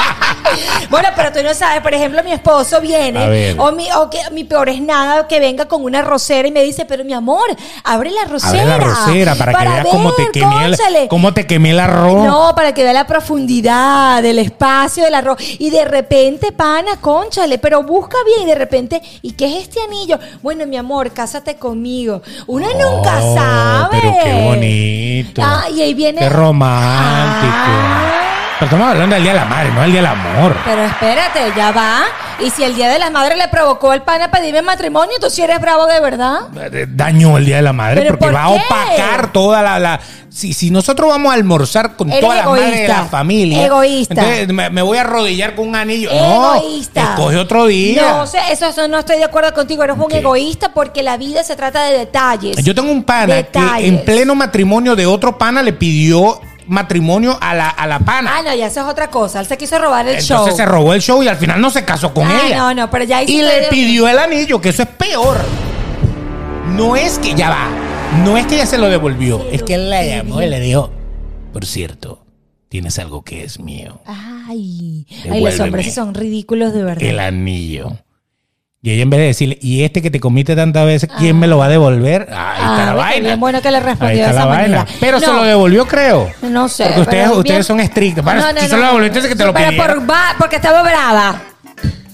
B: Bueno, pero tú no sabes, por ejemplo, mi esposo
A: A
B: viene,
A: ver.
B: o mi, o que, mi peor es nada, que venga con una rosera y me dice, pero mi amor, abre la rosera.
A: Abre la rosera para, que veas cómo te
B: ver,
A: quemé el,
B: cónchale.
A: cómo te quemé el arroz.
B: No, para que vea la profundidad, el espacio del arroz. Y de repente, pana, conchale, pero busca bien. Y de repente, ¿y qué es este anillo? Bueno, mi amor, cásate conmigo. Uno nunca
A: Oh,
B: sabe.
A: Pero qué bonito.
B: Ah, y ahí viene.
A: Qué romántico.
B: Ah.
A: Pero estamos hablando del Día de la Madre, no del Día del Amor.
B: Pero espérate, ya va. Y si el día de las madres le provocó al pana pedirme matrimonio, tú sí eres bravo de verdad.
A: Dañó Eh, el Día de la Madre
B: ¿Pero
A: porque
B: por
A: va a
B: qué?
A: opacar toda la... la- si, si nosotros vamos a almorzar con
B: Eres
A: toda la madre de
B: egoísta.
A: la familia...
B: Egoísta.
A: Entonces me, me voy a arrodillar con un anillo. No,
B: egoísta.
A: escoge otro día.
B: No, o sea, eso, eso no estoy de acuerdo contigo. Eres un
A: Ok.
B: egoísta porque la vida se trata de detalles.
A: Yo tengo un pana
B: Detalles.
A: que en pleno matrimonio de otro pana le pidió matrimonio a la, a la pana.
B: Ah, no, ya eso es otra cosa. Él se quiso robar el
A: Entonces
B: show.
A: se robó el show y al final no se casó con
B: Ah,
A: ella.
B: no, no, pero ya ahí
A: Y
B: sí
A: le
B: te-
A: pidió el anillo, que eso es peor. No es que ya va. No es que ella se lo devolvió.
B: Se
A: es
B: lo
A: que él la llamó y
B: pidió.
A: le dijo, por cierto, tienes algo que es mío.
B: Ay, ay, los
A: Devuélveme.
B: hombres son ridículos de verdad.
A: El anillo. Y ella en vez de decirle, y este que te comiste tantas veces, ¿quién me lo va a devolver? Ahí
B: Ah,
A: está la
B: ve que
A: vaina.
B: bien bueno que le respondió
A: Ahí
B: de
A: está
B: esa
A: la vaina.
B: manera.
A: Pero se
B: No.
A: lo devolvió, creo.
B: No sé.
A: Porque ustedes,
B: pero bien-
A: ustedes son estrictos. Bueno,
B: No, no,
A: si
B: no,
A: se lo
B: no.
A: devolviste, es que te lo
B: Pero
A: pidieron.
B: por va- porque estaba brava.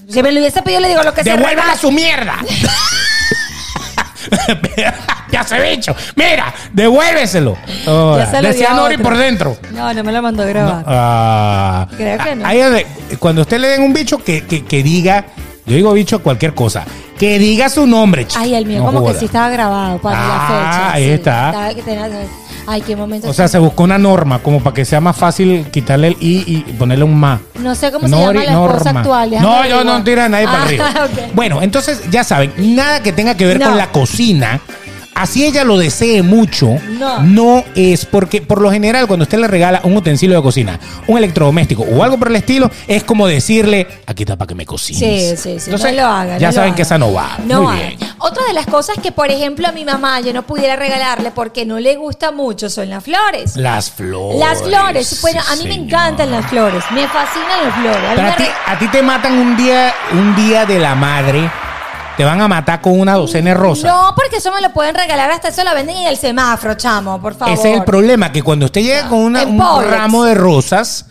B: Si me lo hubiese pedido, le digo lo que se
A: Devuélvela
B: regala-
A: su mierda. ya se bicho. Mira, devuélveselo. Oh,
B: Ya se lo dio
A: decía
B: a
A: Nori
B: otro.
A: por dentro.
B: No, no me lo mandó a grabar.
A: Ah,
B: Creo que no.
A: ahí es de- cuando usted le den un bicho que, que- que diga, yo digo bicho cualquier cosa, que diga su nombre. chico.
B: Ay, el mío
A: No
B: como
A: joda.
B: que sí estaba grabado para
A: Ah,
B: la fecha.
A: ahí
B: sí.
A: está.
B: Estaba que tenía- Ay, qué momento.
A: O sea, se buscó una norma como para que sea más fácil quitarle el i y ponerle un ma.
B: No sé cómo se llama la esposa actual, déjame
A: No, yo
B: averiguar.
A: no tiro a nadie para
B: Ah,
A: arriba.
B: ok.
A: Bueno, entonces ya saben, nada que tenga que ver
B: No.
A: con la cocina. Así ella lo desee mucho,
B: No.
A: es porque por lo general cuando usted le regala un utensilio de cocina, un electrodoméstico o algo por el estilo, es como decirle, aquí está para que me cocines.
B: Sí, sí, sí.
A: Entonces,
B: no lo hagan.
A: Ya
B: no lo
A: saben que
B: hagan.
A: esa no va.
B: No
A: Muy
B: hagan.
A: bien.
B: Otra de las cosas que, por ejemplo, a mi mamá yo no pudiera regalarle porque no le gusta mucho son las flores.
A: Las flores.
B: las flores. Bueno, a mí
A: sí,
B: me
A: señor.
B: encantan las flores. Me fascinan las flores. A mí
A: Pero a
B: me
A: ti,
B: re-
A: a ti te matan un día, un día de la madre. Te van a matar con una docena de rosas.
B: No, porque eso me lo pueden regalar hasta eso la venden en el semáforo, chamo, por favor.
A: Ese es el problema, que cuando usted llega con una-
B: En
A: un
B: Publix.
A: ramo de rosas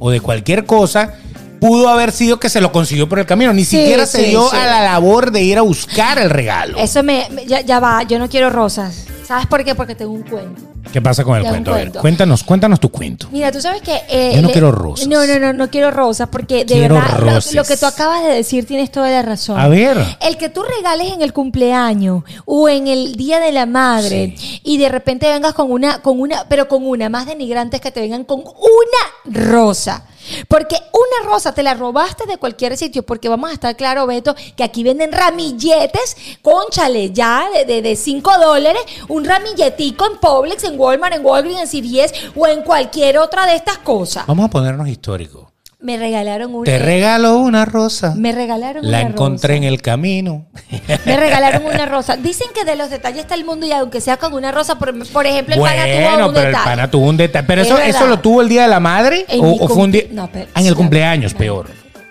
A: o de cualquier cosa, pudo haber sido que se lo consiguió por el camino. Ni
B: Sí,
A: siquiera se
B: sí,
A: dio
B: sí.
A: a la labor de ir a buscar el regalo.
B: Eso me, me- ya, ya va, yo no quiero rosas. ¿Sabes por qué? Porque tengo un cuento.
A: ¿Qué pasa con el
B: Ya un
A: cuento? A ver,
B: cuento.
A: cuéntanos, cuéntanos tu cuento.
B: Mira, tú sabes que... eh,
A: Yo no quiero rosas.
B: No, no, no, no quiero rosas porque de
A: Quiero
B: verdad lo-
A: roses.
B: Lo, que tú acabas de decir tienes toda la razón.
A: A ver.
B: El que tú regales en el cumpleaños o en el Día de la Madre y de repente vengas con una, con una, pero con una, más denigrantes que te vengan con una rosa. Porque una rosa te la robaste de cualquier sitio, porque vamos a estar claro, Beto, que aquí venden ramilletes, conchale, ya de- de, de 5 dólares, un ramilletico en Publix, en Walmart, en Walgreens, en CVS o en cualquier otra de estas cosas.
A: Vamos a ponernos históricos.
B: Me regalaron una.
A: Te regalo una rosa.
B: me regalaron
A: La
B: una
A: encontré en el camino.
B: rosa. Me regalaron una rosa. Dicen que de los detalles está el mundo y aunque sea con una rosa, por, por ejemplo, el pana tuvo
A: Bueno,
B: un
A: pero el
B: detalle.
A: pana tuvo un detalle. Pero
B: Es
A: eso,
B: verdad.
A: eso lo tuvo el día de la madre
B: En
A: o,
B: mi
A: o fue un día.
B: cumple- no, pero-
A: Ah, en el
B: sí,
A: cumpleaños,
B: no.
A: peor.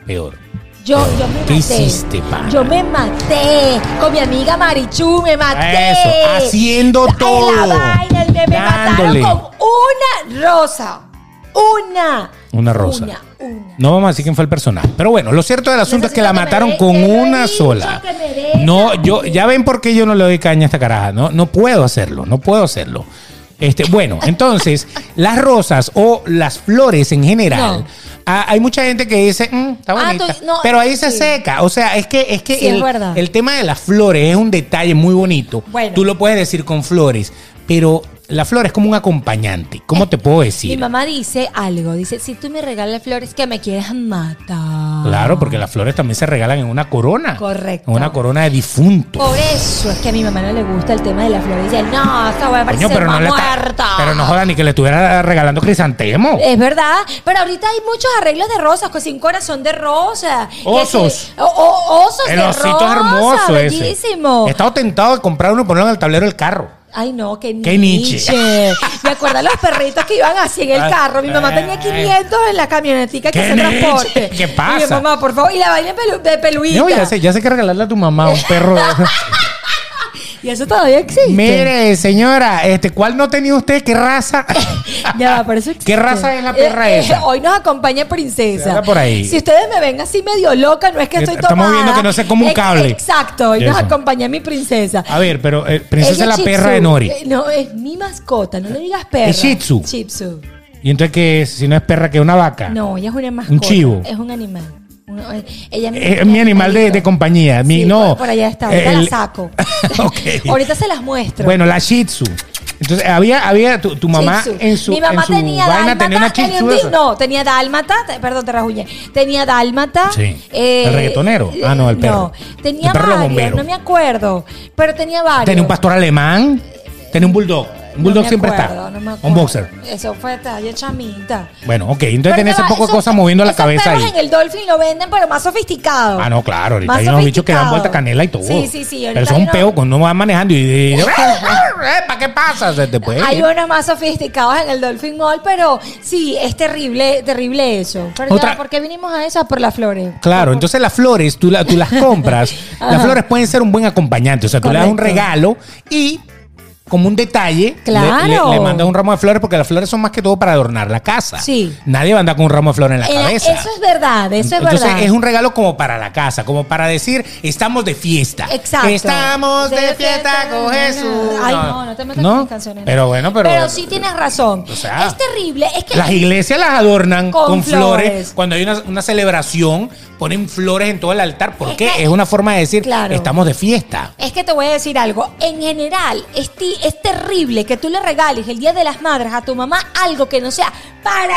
A: Peor.
B: Yo, yo me
A: ¿Qué
B: maté.
A: hiciste, pana?
B: Yo me maté. Con mi amiga Marichu me maté.
A: Eso, haciendo
B: Ay,
A: todo.
B: La vaina, el bebé
A: Dándole.
B: mataron con una rosa. Una.
A: Una rosa.
B: Una, una.
A: No vamos a decir quién fue el personaje. Pero bueno, lo cierto del asunto es que la
B: Necesito que me
A: mataron
B: dé-
A: con
B: que lo he
A: una
B: dicho,
A: sola.
B: que me dé
A: No,
B: esa-
A: yo, ya ven por qué yo no le doy caña a esta caraja. No, no puedo hacerlo, no puedo hacerlo. Este, bueno, entonces, las rosas o las flores en general.
B: No.
A: ah, hay mucha gente que dice, "Mm, está
B: Ah,
A: bonita",
B: tú- no,
A: pero ahí se
B: sí.
A: seca. O sea, es que, es que
B: Sí, es
A: el,
B: verdad.
A: el tema de las flores es un detalle muy bonito.
B: Bueno.
A: Tú lo puedes decir con flores, pero la flor es como un acompañante.
B: Eh,
A: ¿Cómo te puedo decir?
B: Mi mamá dice algo. Dice, si tú me regalas flores que me quieres matar.
A: Claro, porque las flores también se regalan en una corona.
B: Ah. Correcto.
A: En una corona de difunto.
B: Por eso es que a mi mamá no le gusta el tema de las flores. Dice, no, esta hueá parece
A: Coño, pero no,
B: más
A: le está-
B: muerta.
A: pero no joda ni que le estuviera regalando crisantemo.
B: Es verdad, pero ahorita hay muchos arreglos de rosas, con sin corazón de rosa. que
A: Osos.
B: sí, o- o- osos
A: El
B: de
A: osito
B: rosa,
A: es hermoso
B: bellísimo.
A: ese. He estado tentado de comprar uno y ponerlo en el tablero del carro.
B: Ay, no, que
A: Qué Nietzsche.
B: Nietzsche. Me acuerdo a los perritos que iban así en el carro. Mi mamá tenía 500 en la camionetica que
A: Ah, eh. Qué
B: se
A: Nietzsche,
B: transporte.
A: ¿qué
B: Y mi
A: pasa?
B: mamá, por favor, y la vaina pelu- de peluita.
A: No, ya sé, ya sé que regalarle a tu mamá un perro. de-
B: Y eso todavía existe.
A: Mire, señora, este, ¿cuál no tenía usted? ¿Qué raza?
B: Ya va, pero eso existe. Eh,
A: ¿Qué raza es la perra esa?
B: hoy nos acompaña
A: Se
B: Princesa.
A: anda por ahí.
B: Si ustedes me ven así medio loca, no es que estoy tomada.
A: Estamos viendo que no se come un
B: Ex-
A: cable.
B: Exacto, hoy nos
A: Eso.
B: acompaña mi princesa.
A: A ver, pero eh, princesa es
B: Ella
A: la
B: es
A: perra
B: Shih
A: de
B: Tzu.
A: Nori.
B: Eh, No, es mi mascota, no le digas perra.
A: Es Shih Tzu.
B: Shih Tzu.
A: ¿Y entonces qué es? Si no es perra, que es una vaca.
B: No, ella es una mascota.
A: chivo.
B: Es un animal. Uno- eh, ella
A: Es mi animal de, de compañía. Mi,
B: Sí,
A: no.
B: Por, por allá está, ahorita
A: El-
B: la saco.
A: Ok.
B: ahorita se las muestro.
A: Bueno, la Shih Tzu. Entonces, había, había tu, tu mamá
B: Shih Tzu.
A: en su,
B: Mi
A: en
B: mamá
A: su
B: tenía
A: vaina
B: dálmata.
A: tenía una Shih
B: tenía
A: Tzu.
B: un di-
A: esa.
B: no, tenía dálmata. te- Perdón, te rajuñé. Tenía dálmata. eh,
A: Sí. ¿El reggaetonero? Ah, no, el perro.
B: tenía
A: El perro
B: varias,
A: bombero.
B: no me acuerdo. Pero tenía varios.
A: Tenía un pastor alemán, tenía un bulldog. Un
B: No
A: bulldog
B: me
A: siempre
B: acuerdo,
A: está.
B: no me acuerdo.
A: un boxer.
B: Eso fue talla chamita.
A: Bueno, ok. Entonces tenía
B: Pero
A: ese
B: no,
A: poco de
B: esos-
A: cosas moviendo la
B: esos
A: cabeza
B: perros
A: ahí.
B: en el Dolphin lo venden, pero más sofisticado.
A: Ah, no, claro. Ahorita
B: Más
A: hay unos bichos que dan
B: sofisticado.
A: vuelta canela y todo.
B: Sí, sí, sí. ahorita
A: Pero eso es
B: hay
A: un
B: unos-
A: peo cuando uno va manejando y- y... y- ¿Para qué pasa? Se te puede
B: Hay
A: ir.
B: unos más sofisticados en el Dolphin Mall, pero sí, es terrible, terrible eso. Pero ya,
A: Otra-
B: ¿por qué vinimos a eso? Por las flores.
A: Claro, entonces las flores, tú, la- tú las compras. las flores pueden ser un buen acompañante. O sea, tú le das un
B: Correcto.
A: regalo y como un detalle, le-
B: Claro.
A: le, le mandas un ramo de flores porque las flores son más que todo para adornar la casa.
B: Sí.
A: Nadie va a andar con un ramo de flores en la
B: Eh,
A: cabeza.
B: Eso es verdad, eso es
A: Entonces
B: verdad.
A: es un regalo como para la casa, como para decir, estamos de fiesta.
B: Exacto.
A: Estamos de, fiesta con Jesús.
B: Ay, no, no te metas
A: ¿No?
B: con mis canciones.
A: Pero bueno, pero,
B: Pero sí tienes razón.
A: O sea,
B: es terrible. Es que
A: las iglesias las adornan
B: Con
A: con, flores.
B: flores.
A: Cuando hay una, una celebración, ponen flores en todo el altar. ¿Por
B: Es
A: qué?
B: que-
A: es una forma de decir,
B: Claro.
A: estamos de fiesta.
B: Es que te voy a decir algo. En general, es, ti- es terrible que tú le regales el Día de las Madres a tu mamá algo que no sea para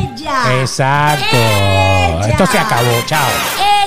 B: ella.
A: Exacto.
B: Ah. Ella.
A: Esto se acabó, chao.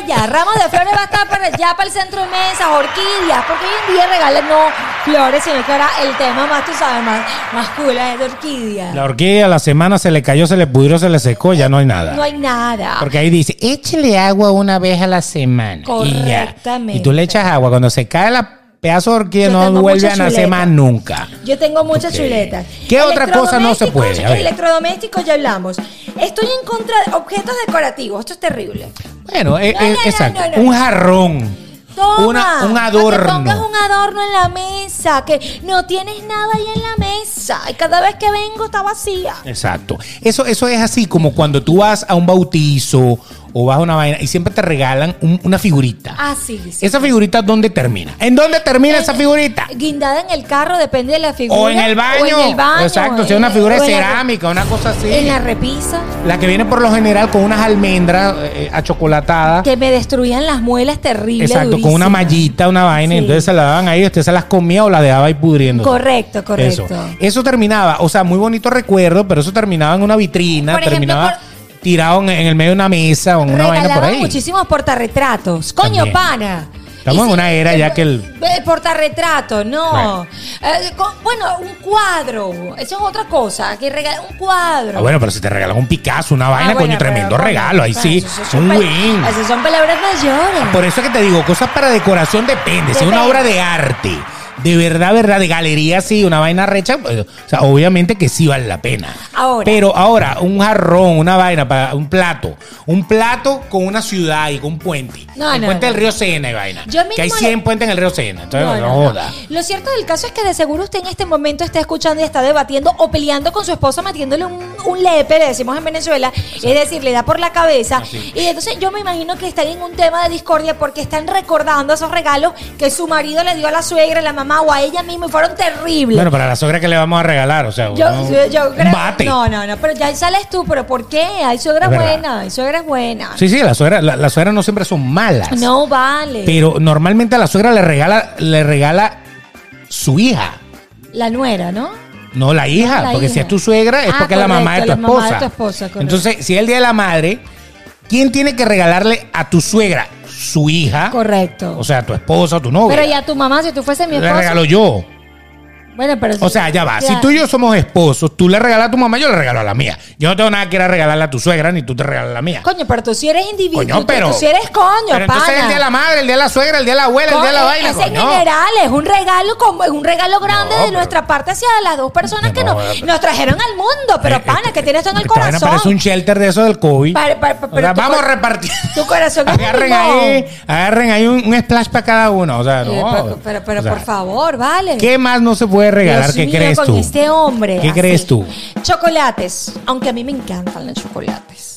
B: Ella, ramos de flores va a estar para ya para el centro de mesas, orquídeas, porque hoy en día regalan no flores, sino que ahora el tema más, tú sabes, más, más cool es de orquídea.
A: La orquídea a la semana se le cayó, se le pudrió, se le secó, ya no hay nada.
B: No hay nada.
A: Porque ahí dice, échele agua una vez a la semana. Y ya.
B: Correctamente.
A: Y tú le echas agua. Cuando se cae la pedazo de orquídea,
B: Yo
A: no
B: tengo
A: vuelve
B: mucha
A: a nacer
B: chuleta.
A: más nunca.
B: Yo tengo muchas
A: Ok.
B: chuletas.
A: ¿Qué otra cosa no se puede? A
B: Electrodomésticos,
A: ver.
B: Electrodomésticos ya hablamos. Estoy en contra de objetos decorativos. Esto es terrible.
A: Bueno, eh,
B: No,
A: eh,
B: no, no,
A: exacto.
B: no, no.
A: Un jarrón. Una-
B: Toma,
A: un
B: no te pongas
A: adorno.
B: un adorno en la mesa, que no tienes nada ahí en la mesa. Y cada vez que vengo está vacía.
A: Exacto. Eso, eso es así como cuando tú vas a un bautizo o vas a una vaina y siempre te regalan un- una figurita.
B: Así dice.
A: ¿Esa figurita dónde termina? ¿En dónde termina esa figurita?
B: Guindada en el carro, depende de la figura.
A: O en el baño.
B: O en el baño.
A: Exacto, si es
B: eh,
A: una figura de
B: o en la-
A: cerámica, una cosa así.
B: En la repisa.
A: La que viene por lo general con unas almendras eh, achocolatadas.
B: Que me destruían las muelas terribles.
A: Exacto, con una mallita, una vaina.
B: Sí.
A: Entonces se la daban ahí, usted se las comía o la dejaba ahí pudriendo.
B: Correcto, correcto.
A: Eso. Eso terminaba, o sea, muy bonito recuerdo, pero eso terminaba en una vitrina,
B: Por ejemplo,
A: terminaba tirado en, en el medio de una mesa o en una vaina por
B: Regalaban
A: ahí.
B: muchísimos portarretratos. Coño,
A: También.
B: pana.
A: Estamos en una era ya que el-
B: eh, portarretrato, no.
A: Bueno.
B: Eh, con- bueno, un cuadro. Eso es otra cosa. Que regalan un cuadro.
A: Ah, bueno, pero si te regalan un Picasso, una vaina,
B: Ah, bueno,
A: coño, tremendo
B: pero,
A: regalo. Ahí
B: bueno, pues,
A: sí,
B: esos
A: un
B: son pal-
A: win.
B: Esas son palabras mayores.
A: Por eso es que te digo, cosas para decoración depende. Si es una
B: Depende.
A: obra de arte, de verdad, verdad, de galería, sí, una vaina recha, pues, o sea, obviamente que sí vale la pena.
B: Ahora.
A: Pero ahora, un jarrón, una vaina, para un plato. Un plato con una ciudad y con un puente.
B: No,
A: el
B: no,
A: puente
B: no.
A: del río Sena y vaina.
B: Yo
A: que hay
B: mismo
A: 100
B: le-
A: puentes en el río Sena. Entonces, no,
B: No, no, no.
A: joda.
B: Lo cierto del caso es que de seguro usted en este momento está escuchando y está debatiendo o peleando con su esposa, metiéndole un, un lepe, le decimos en Venezuela, es decir, le da por la cabeza.
A: Así es.
B: Y entonces yo me imagino que están en un tema de discordia porque están recordando esos regalos que su marido le dio a la suegra, a la mamá o a ella misma y fueron terribles.
A: Bueno, para la sogra que le vamos a regalar, o sea,
B: yo,
A: uno-
B: yo- yo
A: un
B: creo-
A: bate.
B: No, no, no, pero ya sales tú, pero ¿por qué? Hay suegras
A: Es verdad.
B: buenas, hay suegras buenas.
A: Sí, sí, las suegras la, las suegras no siempre son malas.
B: No vale.
A: Pero normalmente a la suegra le regala, le regala su hija.
B: La nuera, ¿no?
A: No, la hija,
B: La
A: porque
B: hija.
A: si es tu suegra es
B: Ah,
A: porque es la mamá de tu
B: correcto, la mamá
A: esposa.
B: de tu esposa, correcto.
A: Entonces, si es el día de la madre, ¿quién tiene que regalarle a tu suegra? Su hija.
B: Correcto.
A: Ah. O sea, tu esposa o tu novia.
B: pero y a tu mamá, si tú fuese mi
A: le
B: esposa.
A: regalo yo.
B: Bueno, pero
A: O sea, ya va.
B: Claro.
A: Si tú y yo somos esposos, tú le regalas a tu mamá, yo le regalo a la mía. Yo no tengo nada que ir a regalarle a tu suegra, ni tú te regalas a la mía.
B: Coño, pero tú si eres individuo.
A: Coño,
B: tú-
A: pero-
B: Tú si eres coño,
A: Pero entonces
B: pana.
A: el día de la madre, el día de la suegra, el día de la abuela, el día de la
B: Coño,
A: vaina.
B: Es en
A: coño.
B: general, es un regalo como es un regalo grande
A: No,
B: de
A: pero-
B: nuestra parte hacia las dos personas que
A: No,
B: nos,
A: pero-
B: nos trajeron al mundo. Pero
A: Eh,
B: pana,
A: eh,
B: que tienes todo en el
A: esta vaina
B: corazón.
A: Parece un shelter de eso del COVID.
B: Pa- pa- pa-
A: O
B: pero
A: sea,
B: tu
A: vamos
B: cor-
A: a repartir.
B: Tu corazón es un
A: agarren
B: limón.
A: ahí, agarren ahí un, un splash para cada uno. O sea,
B: Eh,
A: no.
B: pero, pero, pero
A: O sea,
B: por favor, vale.
A: ¿Qué más no se puede regalar?
B: Dios
A: ¿Qué
B: mío,
A: crees
B: con
A: tú?
B: este hombre.
A: ¿Qué
B: así.
A: crees tú?
B: Chocolates. Aunque a mí me encantan los chocolates.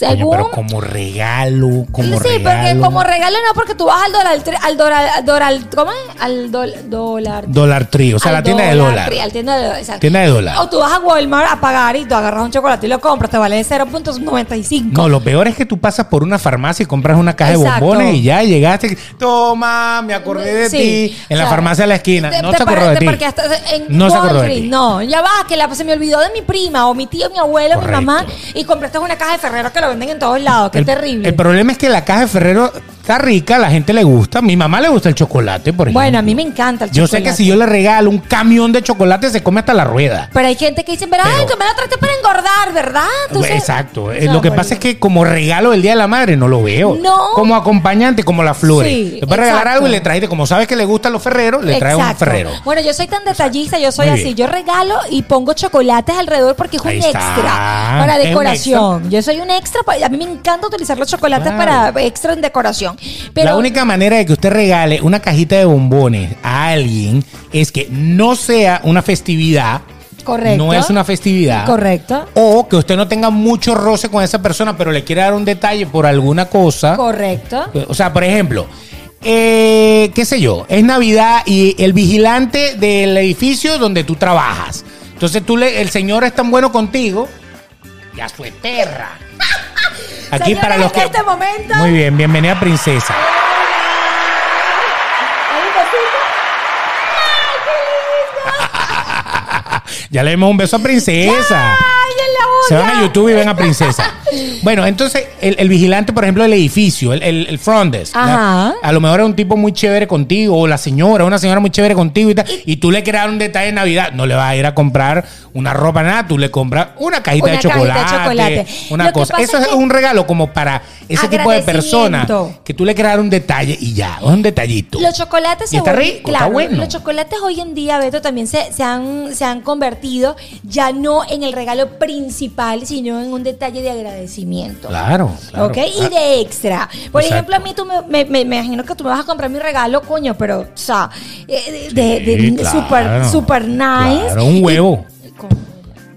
A: Coño,
B: Según.
A: pero como regalo, como
B: sí, porque
A: regalo.
B: como regalo no, porque tú vas al dólar, tre- al dólar, al dólar, ¿cómo es? Al dol- dólar.
A: Dólar Tree, o sea,
B: al
A: la tienda de dólar.
B: tri- al tienda de dólar, exacto.
A: Tienda de dólar.
B: O tú vas a Walmart a pagar y tú agarras un chocolate y lo compras, te vale 0.95.
A: No, lo peor es que tú pasas por una farmacia y compras una caja
B: Exacto.
A: de bombones y ya llegaste. Toma, me acordé de
B: Sí,
A: ti. En la
B: claro.
A: farmacia de la esquina.
B: Te-
A: No
B: te
A: se acordó de
B: parece
A: ti.
B: porque hasta en
A: No se acordó de
B: Walgreens,
A: ti.
B: No, ya va, que la, se me olvidó de mi prima o mi tío, mi abuelo,
A: Correcto.
B: mi mamá y compraste una caja de Ferrero que lo venden en todos lados. Qué
A: el,
B: terrible.
A: El problema es que la caja de Ferrero está rica, a la gente le gusta. A mi mamá le gusta el chocolate, por ejemplo.
B: bueno, a mí me encanta el
A: Yo
B: chocolate.
A: sé que si yo le regalo un camión de chocolate, se come hasta la rueda.
B: Pero hay gente que dice, pero, ay,
A: Pero-
B: tú me lo trataste para engordar, ¿verdad? Tú sabes-
A: Exacto. Eh,
B: No,
A: lo que
B: por
A: pasa es
B: Dios.
A: que como regalo del Día de la Madre no lo veo.
B: No.
A: Como acompañante, como las flores.
B: Sí,
A: le puedes regalar
B: exacto.
A: algo y le traes, como sabes que le gustan los ferreros, le traes un
B: Exacto.
A: ferrero.
B: Bueno, yo soy tan detallista, yo soy
A: Muy
B: así.
A: bien.
B: Yo regalo y pongo chocolates alrededor porque es un
A: Ahí
B: extra
A: está.
B: para
A: Es un
B: decoración. Yo soy un extra, pa- a mí me encanta utilizar los chocolates
A: Claro.
B: para extra en decoración. Pero
A: la única manera de que usted regale una cajita de bombones a alguien es que no sea una festividad.
B: Correcto.
A: No es una festividad.
B: Correcto.
A: O que usted no tenga mucho roce con esa persona, pero le quiere dar un detalle por alguna cosa.
B: Correcto.
A: O sea, por ejemplo, eh, qué sé yo, es Navidad y el vigilante del edificio donde tú trabajas. Entonces tú le, el señor es tan bueno contigo, ya su perra. Aquí
B: Señores,
A: para los
B: en
A: que.
B: este momento-
A: Muy bien, bienvenida princesa.
B: Hay un besito.
A: Ya le demos un beso a princesa.
B: Ay, en la
A: Se
B: olla.
A: van a YouTube y ven a Princesa. Bueno, entonces el, el vigilante, por ejemplo, del edificio, el, el, el front desk,
B: Ajá.
A: la- a lo mejor es un tipo muy chévere contigo, o la señora, una señora muy chévere contigo y tal, y tú le quieres dar un detalle de Navidad, no le vas a ir a comprar una ropa, nada, tú le compras una cajita,
B: Una
A: de,
B: cajita de
A: chocolate,
B: chocolate. Lo
A: Una
B: que
A: cosa.
B: pasa
A: Eso
B: es
A: es,
B: que-
A: un regalo como para ese tipo de personas
B: Agradecimiento.
A: que tú le quieres dar un detalle y ya, es un detallito.
B: Los chocolates
A: Y está
B: volvi-
A: rico, está bueno.
B: Los chocolates hoy en día, Beto, también se, se han, se han convertido ya no en el regalo principal, sino en un detalle de agradecimiento.
A: Claro, claro. Ah.
B: ¿Ok? Y de extra. Por
A: Exacto.
B: ejemplo, a mí tú me, me- me- me imagino que tú me vas a comprar mi regalo, coño, pero, o sea, eh, de, de-
A: Ah, Sí, claro,
B: de- super, super nice.
A: claro, un huevo.
B: Coño,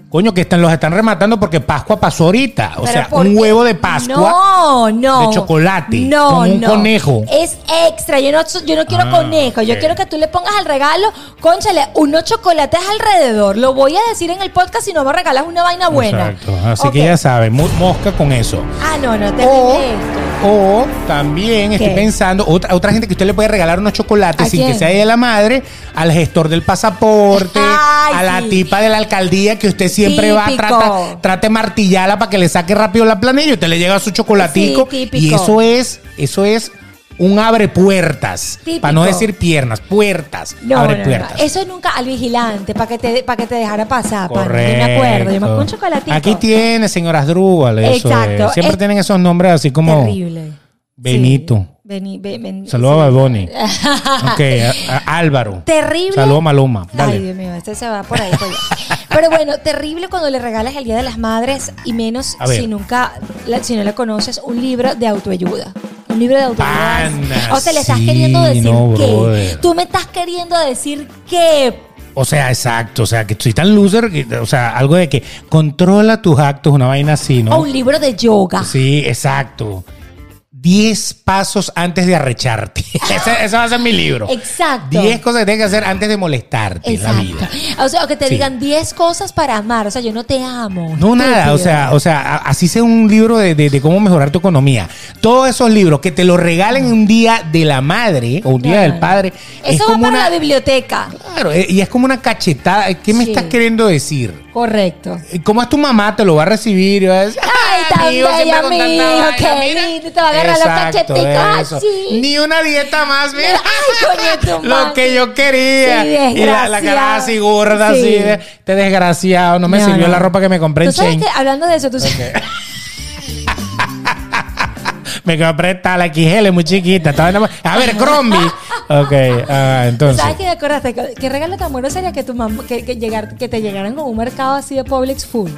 A: Coño, que están, los están rematando porque Pascua pasó ahorita. O
B: pero
A: sea,
B: ¿por
A: un
B: qué?
A: huevo de Pascua.
B: No, no.
A: de chocolate,
B: No,
A: con un
B: no.
A: conejo.
B: Es extra. Yo no, yo no quiero
A: Ah,
B: conejo. Yo
A: ok.
B: quiero que tú le pongas al regalo, conchale, unos chocolates alrededor. Lo voy a decir en el podcast si no me regalas una vaina buena.
A: Exacto. Así
B: Ok.
A: que ya saben, mu- mosca con eso.
B: Ah, no, no, te
A: O,
B: esto.
A: o también
B: ¿Qué?
A: estoy pensando, otra, otra gente que usted le puede regalar unos chocolates
B: ¿A
A: sin
B: quién?
A: que sea de la madre, al gestor del pasaporte,
B: Ay,
A: a la
B: sí.
A: tipa de la alcaldía que usted siempre va a
B: Típico.
A: tratar, trate martillarla para que le saque rápido la planilla y usted le llega su chocolatico.
B: Sí, típico.
A: y eso es, eso es un abre puertas.
B: Típico.
A: Para no decir piernas, puertas.
B: No,
A: abre
B: no, no,
A: puertas.
B: no. Eso nunca al vigilante, para que te, para que te dejara pasar. pana. Yo me
A: Correcto.
B: acuerdo, yo me acuerdo un chocolatito.
A: Aquí tiene, señoras Drúbal, eso
B: Exacto.
A: es. Siempre
B: Es-
A: tienen esos nombres así como
B: Terrible.
A: Benito.
B: Sí. Beni- be- ben-
A: Saludos a
B: sí.
A: Baboni. ok, a- a Álvaro.
B: Terrible.
A: Saludos a Maluma.
B: Ay,
A: Dale.
B: Dios mío, este se va por ahí. por allá. Pero bueno, terrible cuando le regalas el Día de las Madres y menos
A: A ver.
B: si nunca, la- si no le conoces, un libro de autoayuda. Un libro de autoayuda.
A: Pana,
B: o sea, le estás
A: sí,
B: queriendo decir
A: no,
B: qué.
A: brother.
B: Tú me estás queriendo decir qué.
A: O sea, exacto. O sea, que soy tan loser. que- o sea, algo de que controla tus actos, una vaina así,
B: O
A: ¿no?
B: un libro de yoga.
A: Sí, exacto. Diez pasos antes de arrecharte. ese, ese va a ser mi libro.
B: Exacto.
A: Diez cosas que tienes que hacer antes de molestarte en la vida.
B: Exacto. O sea, o que te
A: Sí.
B: digan 10 cosas para amar. O sea, yo no te amo.
A: No, nada,
B: estúpido.
A: o sea, o sea, a- así sea un libro de, de- de cómo mejorar tu economía. Todos esos libros que te los regalen un día de la madre o un día
B: Claro.
A: del padre.
B: Eso va para la biblioteca.
A: Claro, eh, y es como una cachetada. ¿Qué me
B: Sí.
A: estás queriendo decir?
B: Correcto.
A: Eh, ¿Cómo es tu mamá? Te lo va a recibir. y va a decir,
B: Ay,
A: "Ah,
B: tan
A: mi hijo siempre
B: bella,
A: con
B: mi
A: tanta
B: hijo,
A: vaina,
B: qué
A: mira".
B: lindo, te va a agarrar los
A: Exacto,
B: cacheticos
A: eso.
B: así.
A: Ni una dieta más, mira.
B: Ay, coño, tu madre.
A: Lo que yo quería.
B: Sí,
A: y la, la cara
B: desgraciado.
A: así gorda,
B: Sí.
A: así de, te desgraciado. No me
B: No,
A: sirvió
B: no.
A: la ropa que me compré
B: Tú
A: en
B: sabes
A: Shein.
B: que hablando de eso, tú sabes.
A: Me compré esta, la XL muy chiquita. estaba enamor- A ver, Crombie. Ok, ah, entonces.
B: ¿Sabes qué me acordaste? ¿Qué qué regalo tan bueno sería que tu mamá, que, que llegar, que te llegaran con un mercado así de Publix full?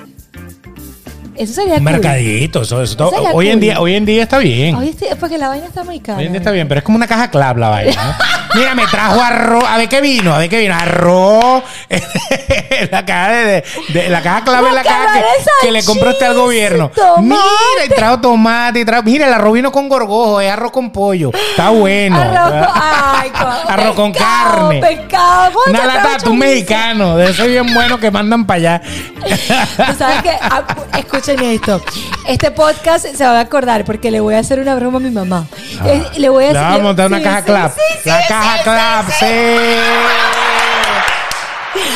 B: Eso sería
A: Un
B: cool.
A: mercadito, eso, eso todo-
B: Esa es la
A: Hoy en
B: cool.
A: día, hoy en día está bien.
B: Oye, sí, este, porque la vaina está muy cara.
A: Hoy en día está bien, pero es como una caja clap la vaina. ¿no? Mira, me trajo arroz. A ver qué vino, a ver qué vino. Arroz. la caja de, de- de- la caja clave es la caja que,
B: Guacamole,
A: que le compró usted al
B: salchicha,
A: gobierno.
B: tomate.
A: Mira, y trajo tomate, y trajo. Mira, el arroz vino con gorgojo, es arroz con pollo. Está bueno.
B: Arroz con, ay, con,
A: Arroz con
B: pescado,
A: carne.
B: Pescado, Voy a
A: Una
B: traer
A: lata,
B: chorizo.
A: tú mexicano, de esos bien buenos que mandan para allá.
B: Tú sabes que, ah, escuchen esto. Este podcast se va a acordar porque le voy a hacer una broma a mi mamá. Eh, le voy a
A: Ah. Le vamos a montar una
B: sí,
A: caja
B: sí,
A: clap.
B: sí, sí,
A: la
B: sí,
A: caja
B: sí,
A: clap,
B: sí,
A: sí.
B: sí.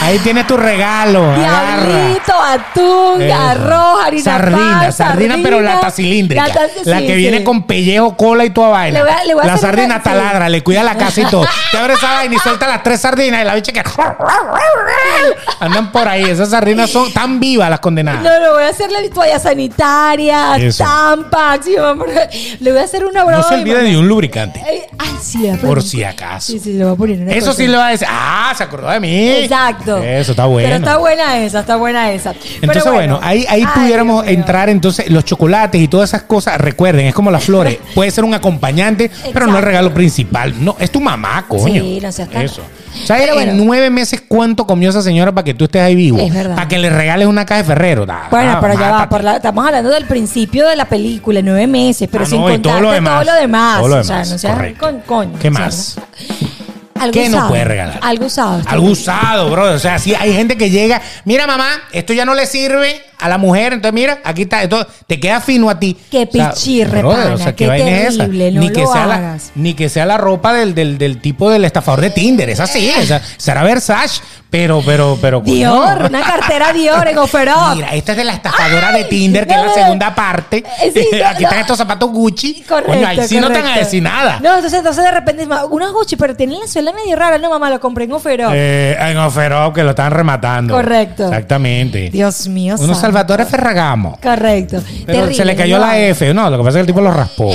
A: Ahí tienes tu regalo. Agarra.
B: Diablito, atún,
A: Eso.
B: arroz, harina
A: sardina,
B: pan,
A: sardina, pero lata cilíndrica.
B: Lata-
A: la
B: sí,
A: que
B: sí.
A: viene con pellejo, cola y toda vaina.
B: Le voy a- le voy a
A: la
B: hacer
A: sardina
B: una-
A: taladra, le cuida la casa y todo. Te abre esa vaina y suelta las tres sardinas y la bicha que. Andan por ahí. Esas sardinas son tan vivas las condenadas.
B: No, no, voy a hacer la toalla sanitaria,
A: Eso.
B: tampax. y vamos a- Le voy a hacer una broma.
A: No se
B: a mi
A: olvide
B: mamá.
A: de un lubricante.
B: Ay, ay, sí, le voy a
A: Por
B: poner.
A: si acaso.
B: Sí, sí, le voy a poner una
A: Eso
B: cosa.
A: sí le va a decir, ah, se acordó de mí.
B: Exacto.
A: Eso está bueno.
B: Pero está buena esa, está buena esa.
A: Entonces, bueno, ahí, ahí pudiéramos entrar entonces los chocolates y todas esas cosas. Recuerden, es como las flores. Puede ser un acompañante, pero no el
B: Exacto.
A: regalo principal. No, es tu mamá, coño.
B: Sí, no seas tan-
A: Eso. ¿Sabes
B: Pero bueno.
A: en nueve meses cuánto comió esa señora para que tú estés ahí vivo?
B: Es verdad.
A: Para que le regales una caja de Ferrero. Da-
B: Bueno,
A: da-
B: pero ya va,
A: mátate.
B: por la- estamos hablando del principio de la película, nueve meses, pero
A: Ah,
B: sin
A: no, y
B: contarte
A: todo lo demás.
B: todo lo demás.
A: Todo lo
B: O sea,
A: demás,
B: no seas
A: correcto.
B: con coño.
A: ¿Qué
B: o sea,
A: más?
B: ¿no? Algo
A: ¿Qué no
B: usado.
A: puedes regalar?
B: Algo usado. estoy-
A: Algo usado, bro. O sea, sí hay gente que llega, mira mamá, esto ya no le sirve a la mujer, entonces mira, aquí está, esto te queda fino a ti.
B: Qué
A: O sea,
B: pichirre,
A: brother,
B: pana, qué terrible, no
A: ni que
B: lo
A: sea la,
B: hagas.
A: ni que sea la ropa del, del, del tipo del estafador de Tinder, es así, o sea, será Versace, pero, pero, pero.
B: Dior,
A: no.
B: una cartera Dior en Oferoc.
A: Mira, esta es de la estafadora
B: Ay,
A: de Tinder, que es la
B: no, no,
A: segunda parte.
B: eh, sí, no,
A: aquí están
B: no.
A: estos zapatos Gucci.
B: Correcto,
A: Coño, ahí sí no te van a
B: correcto.
A: decir nada.
B: No, entonces, entonces de repente, ma- una Gucci, pero tiene la suela medio rara. No, mamá, lo compré en Oferoc.
A: Eh, en Oferop, que lo están rematando.
B: Correcto.
A: Exactamente.
B: Dios mío.
A: Uno
B: santo.
A: Salvatore Ferragamo.
B: Correcto.
A: Pero
B: Terrible,
A: se le cayó
B: no
A: la E,
B: hagas.
A: F, no, lo que pasa es que el tipo lo raspó.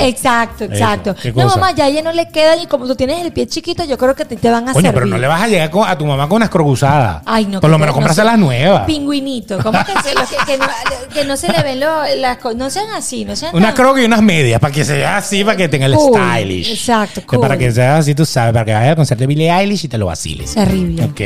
A: Oh,
B: Exacto,
A: Eso,
B: exacto.
A: ¿qué
B: no,
A: cosa?
B: mamá, ya a ella no le queda y como tú tienes el pie chiquito, yo creo que te, te van a
A: Coño,
B: servir.
A: pero no le vas a llegar con- a tu mamá con una escrogusada.
B: Ay, no.
A: Por
B: que
A: lo
B: te-
A: menos
B: no
A: comprase
B: se-
A: las nuevas.
B: Pingüinito. ¿Cómo que se, lo que, que no, que no se le ven lo- las cosas? No sean así, no sean
A: Una
B: tan-
A: croc y unas medias, para que sea así, para que tenga el
B: Cool,
A: stylish.
B: exacto,
A: Que Para
B: cool.
A: que sea así, tú sabes, para que vayas al concierto de Billie Eilish y te lo vaciles.
B: Terrible.
A: Ok.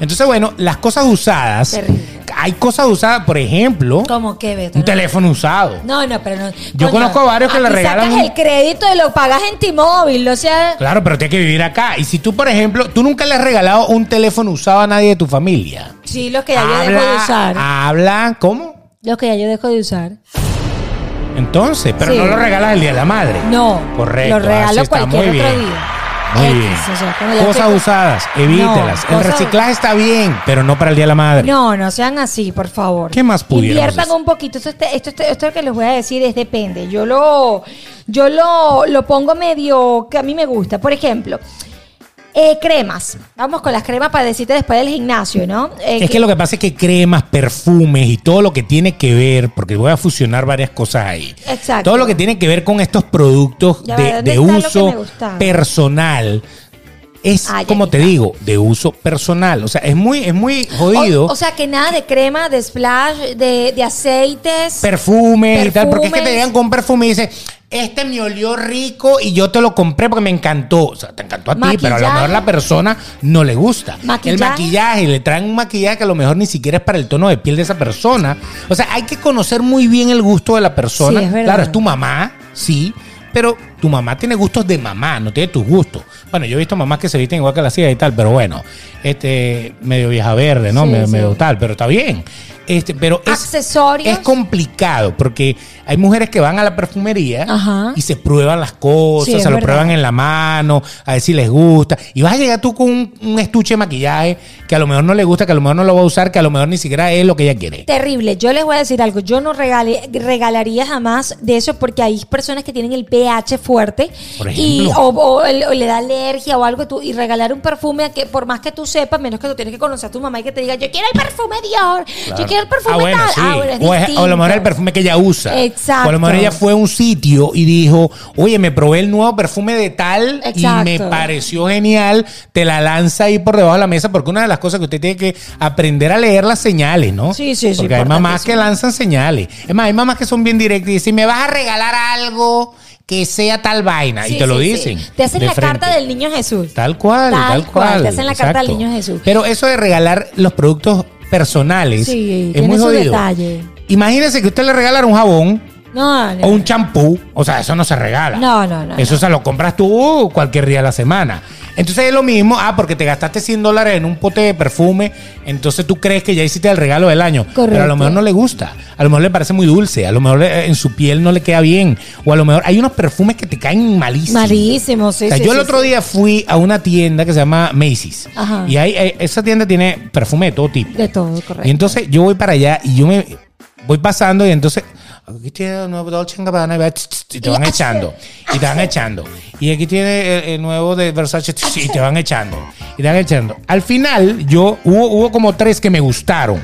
A: Entonces, bueno, las cosas usadas.
B: Terrible.
A: Hay cosas usadas, por ejemplo,
B: ¿Cómo que, Beto?
A: un teléfono usado.
B: No, no, pero no.
A: Yo conozco varios que le
B: aquí
A: regalan
B: sacas
A: un-
B: el crédito y lo pagas en T-Mobile, o sea...
A: Claro, pero tiene que vivir acá. Y si tú, por ejemplo, tú nunca le has regalado un teléfono usado a nadie de tu familia.
B: Sí, los que ya yo dejo de usar.
A: Habla, ¿cómo?
B: Los que ya yo dejo de usar.
A: Entonces, pero
B: Sí.
A: no lo regalas el día de la madre.
B: No.
A: Correcto.
B: Lo
A: así
B: regalo
A: está,
B: cualquier
A: muy
B: otro
A: bien.
B: día.
A: Muy
B: X,
A: bien.
B: o sea, como ya
A: cosas
B: estoy-
A: usadas, evítelas.
B: No,
A: el
B: cosas-
A: reciclaje está bien, pero no para el día de la madre.
B: No, no sean así, por favor.
A: ¿Qué más pudiéramos
B: Inviertan
A: hacer?
B: un poquito. Esto, este- esto, este- esto que les voy a decir es depende. Yo lo, yo lo, lo pongo medio que a mí me gusta. Por ejemplo, eh, cremas. Vamos con las cremas para decirte después del gimnasio, ¿no? Eh,
A: Es que lo que pasa es que cremas, perfumes y todo lo que tiene que ver, porque voy a fusionar varias cosas ahí.
B: Exacto.
A: Todo lo que tiene que ver con estos productos
B: Ya va,
A: de, de
B: ¿dónde está lo que me
A: uso
B: gustaba?
A: personal. Es
B: Ah, ya,
A: como
B: ya
A: te
B: está.
A: digo, de uso personal. O sea, es muy, es muy jodido.
B: o, o sea, que nada de crema, de splash, de, de aceites.
A: perfumes y tal, porque es que te
B: Perfumes.
A: llegan con perfume y dicen, este me olió rico y yo te lo compré porque me encantó. O sea, te encantó a ti, pero a lo
B: Maquillaje.
A: mejor la persona no le gusta.
B: Maquillaje.
A: El maquillaje, le traen un maquillaje que a lo mejor ni siquiera es para el tono de piel de esa persona. O sea, hay que conocer muy bien el gusto de la persona.
B: Sí, es verdad.
A: claro, es tu mamá, sí. Pero tu mamá tiene gustos de mamá, no tiene tus gustos. Bueno, yo he visto mamás que se visten igual que la silla y tal, pero bueno, este medio vieja verde, ¿no?
B: Sí,
A: medio,
B: sí.
A: medio tal, pero está bien. Este, pero es-
B: Accesorios.
A: Es, complicado porque hay mujeres que van a la perfumería
B: Ajá.
A: y se prueban las
B: Sí,
A: cosas,
B: es
A: se lo
B: verdad.
A: prueban en la mano, a ver si les gusta. Y vas a llegar tú con un, un estuche de maquillaje que a lo mejor no le gusta, que a lo mejor no lo va a usar, que a lo mejor ni siquiera es lo que ella quiere.
B: Terrible. Yo les voy a decir algo. Yo no regale- regalaría jamás de eso porque hay personas que tienen el pH fuerte
A: Por
B: y,
A: ejemplo.
B: o, o el- o le da alergia o algo. tú- y regalar un perfume a que por más que tú sepas, menos que tú tienes que conocer a tu mamá y que te diga, yo quiero el perfume Dior, yo quiero el perfume
A: Ah, bueno,
B: tal.
A: sí.
B: Ah, bueno, es
A: o, es- o a lo mejor el
B: distinto.
A: perfume que ella usa.
B: Exacto.
A: O a lo mejor ella fue a un sitio y dijo, oye, me probé el nuevo perfume de tal
B: Exacto.
A: y me pareció genial. Te la lanza ahí por debajo de la mesa porque una de las cosas que usted tiene que aprender a leer las señales, ¿no?
B: Sí, sí, sí,
A: Porque hay mamás que
B: importantísimo.
A: lanzan señales. Es más, hay mamás que son bien directas y dicen, me vas a regalar algo que sea tal vaina. y
B: Sí,
A: te lo
B: sí, sí.
A: dicen.
B: Te hacen
A: de
B: la
A: frente.
B: carta del niño Jesús.
A: Tal cual,
B: Tal
A: tal,
B: cual,
A: cual.
B: te hacen la carta al niño Jesús.
A: Pero eso de regalar los productos personales
B: Sí,
A: es
B: tiene
A: muy
B: su
A: jodido.
B: detalle.
A: Imagínense que usted le regalara un jabón
B: No, no.
A: o un champú. O sea, eso no se regala.
B: No, no, no,
A: Eso se lo compras tú cualquier día de la semana. Entonces es lo mismo. Ah, porque te gastaste 100 dólares en un pote de perfume. Entonces tú crees que ya hiciste el regalo del año. Pero a
B: Correcto.
A: lo mejor no le gusta. A lo mejor le parece muy dulce. A lo mejor eh, en su piel no le queda bien. O a lo mejor hay unos perfumes que te caen malísimos.
B: Malísimo, sí,
A: O sea,
B: sí,
A: yo el
B: sí,
A: otro
B: sí.
A: día fui a una tienda que se llama Macy's.
B: Ajá.
A: Y ahí, eh, esa tienda tiene perfume de todo tipo.
B: De todo, correcto.
A: Y entonces yo voy para allá y yo me voy pasando y entonces aquí tiene el nuevo Dolce Gabbana y va, tss, tss, y te van echando y te van echando y aquí tiene el, el nuevo de Versace tss, y te van echando y te van echando. Al final yo hubo, hubo como tres que me gustaron.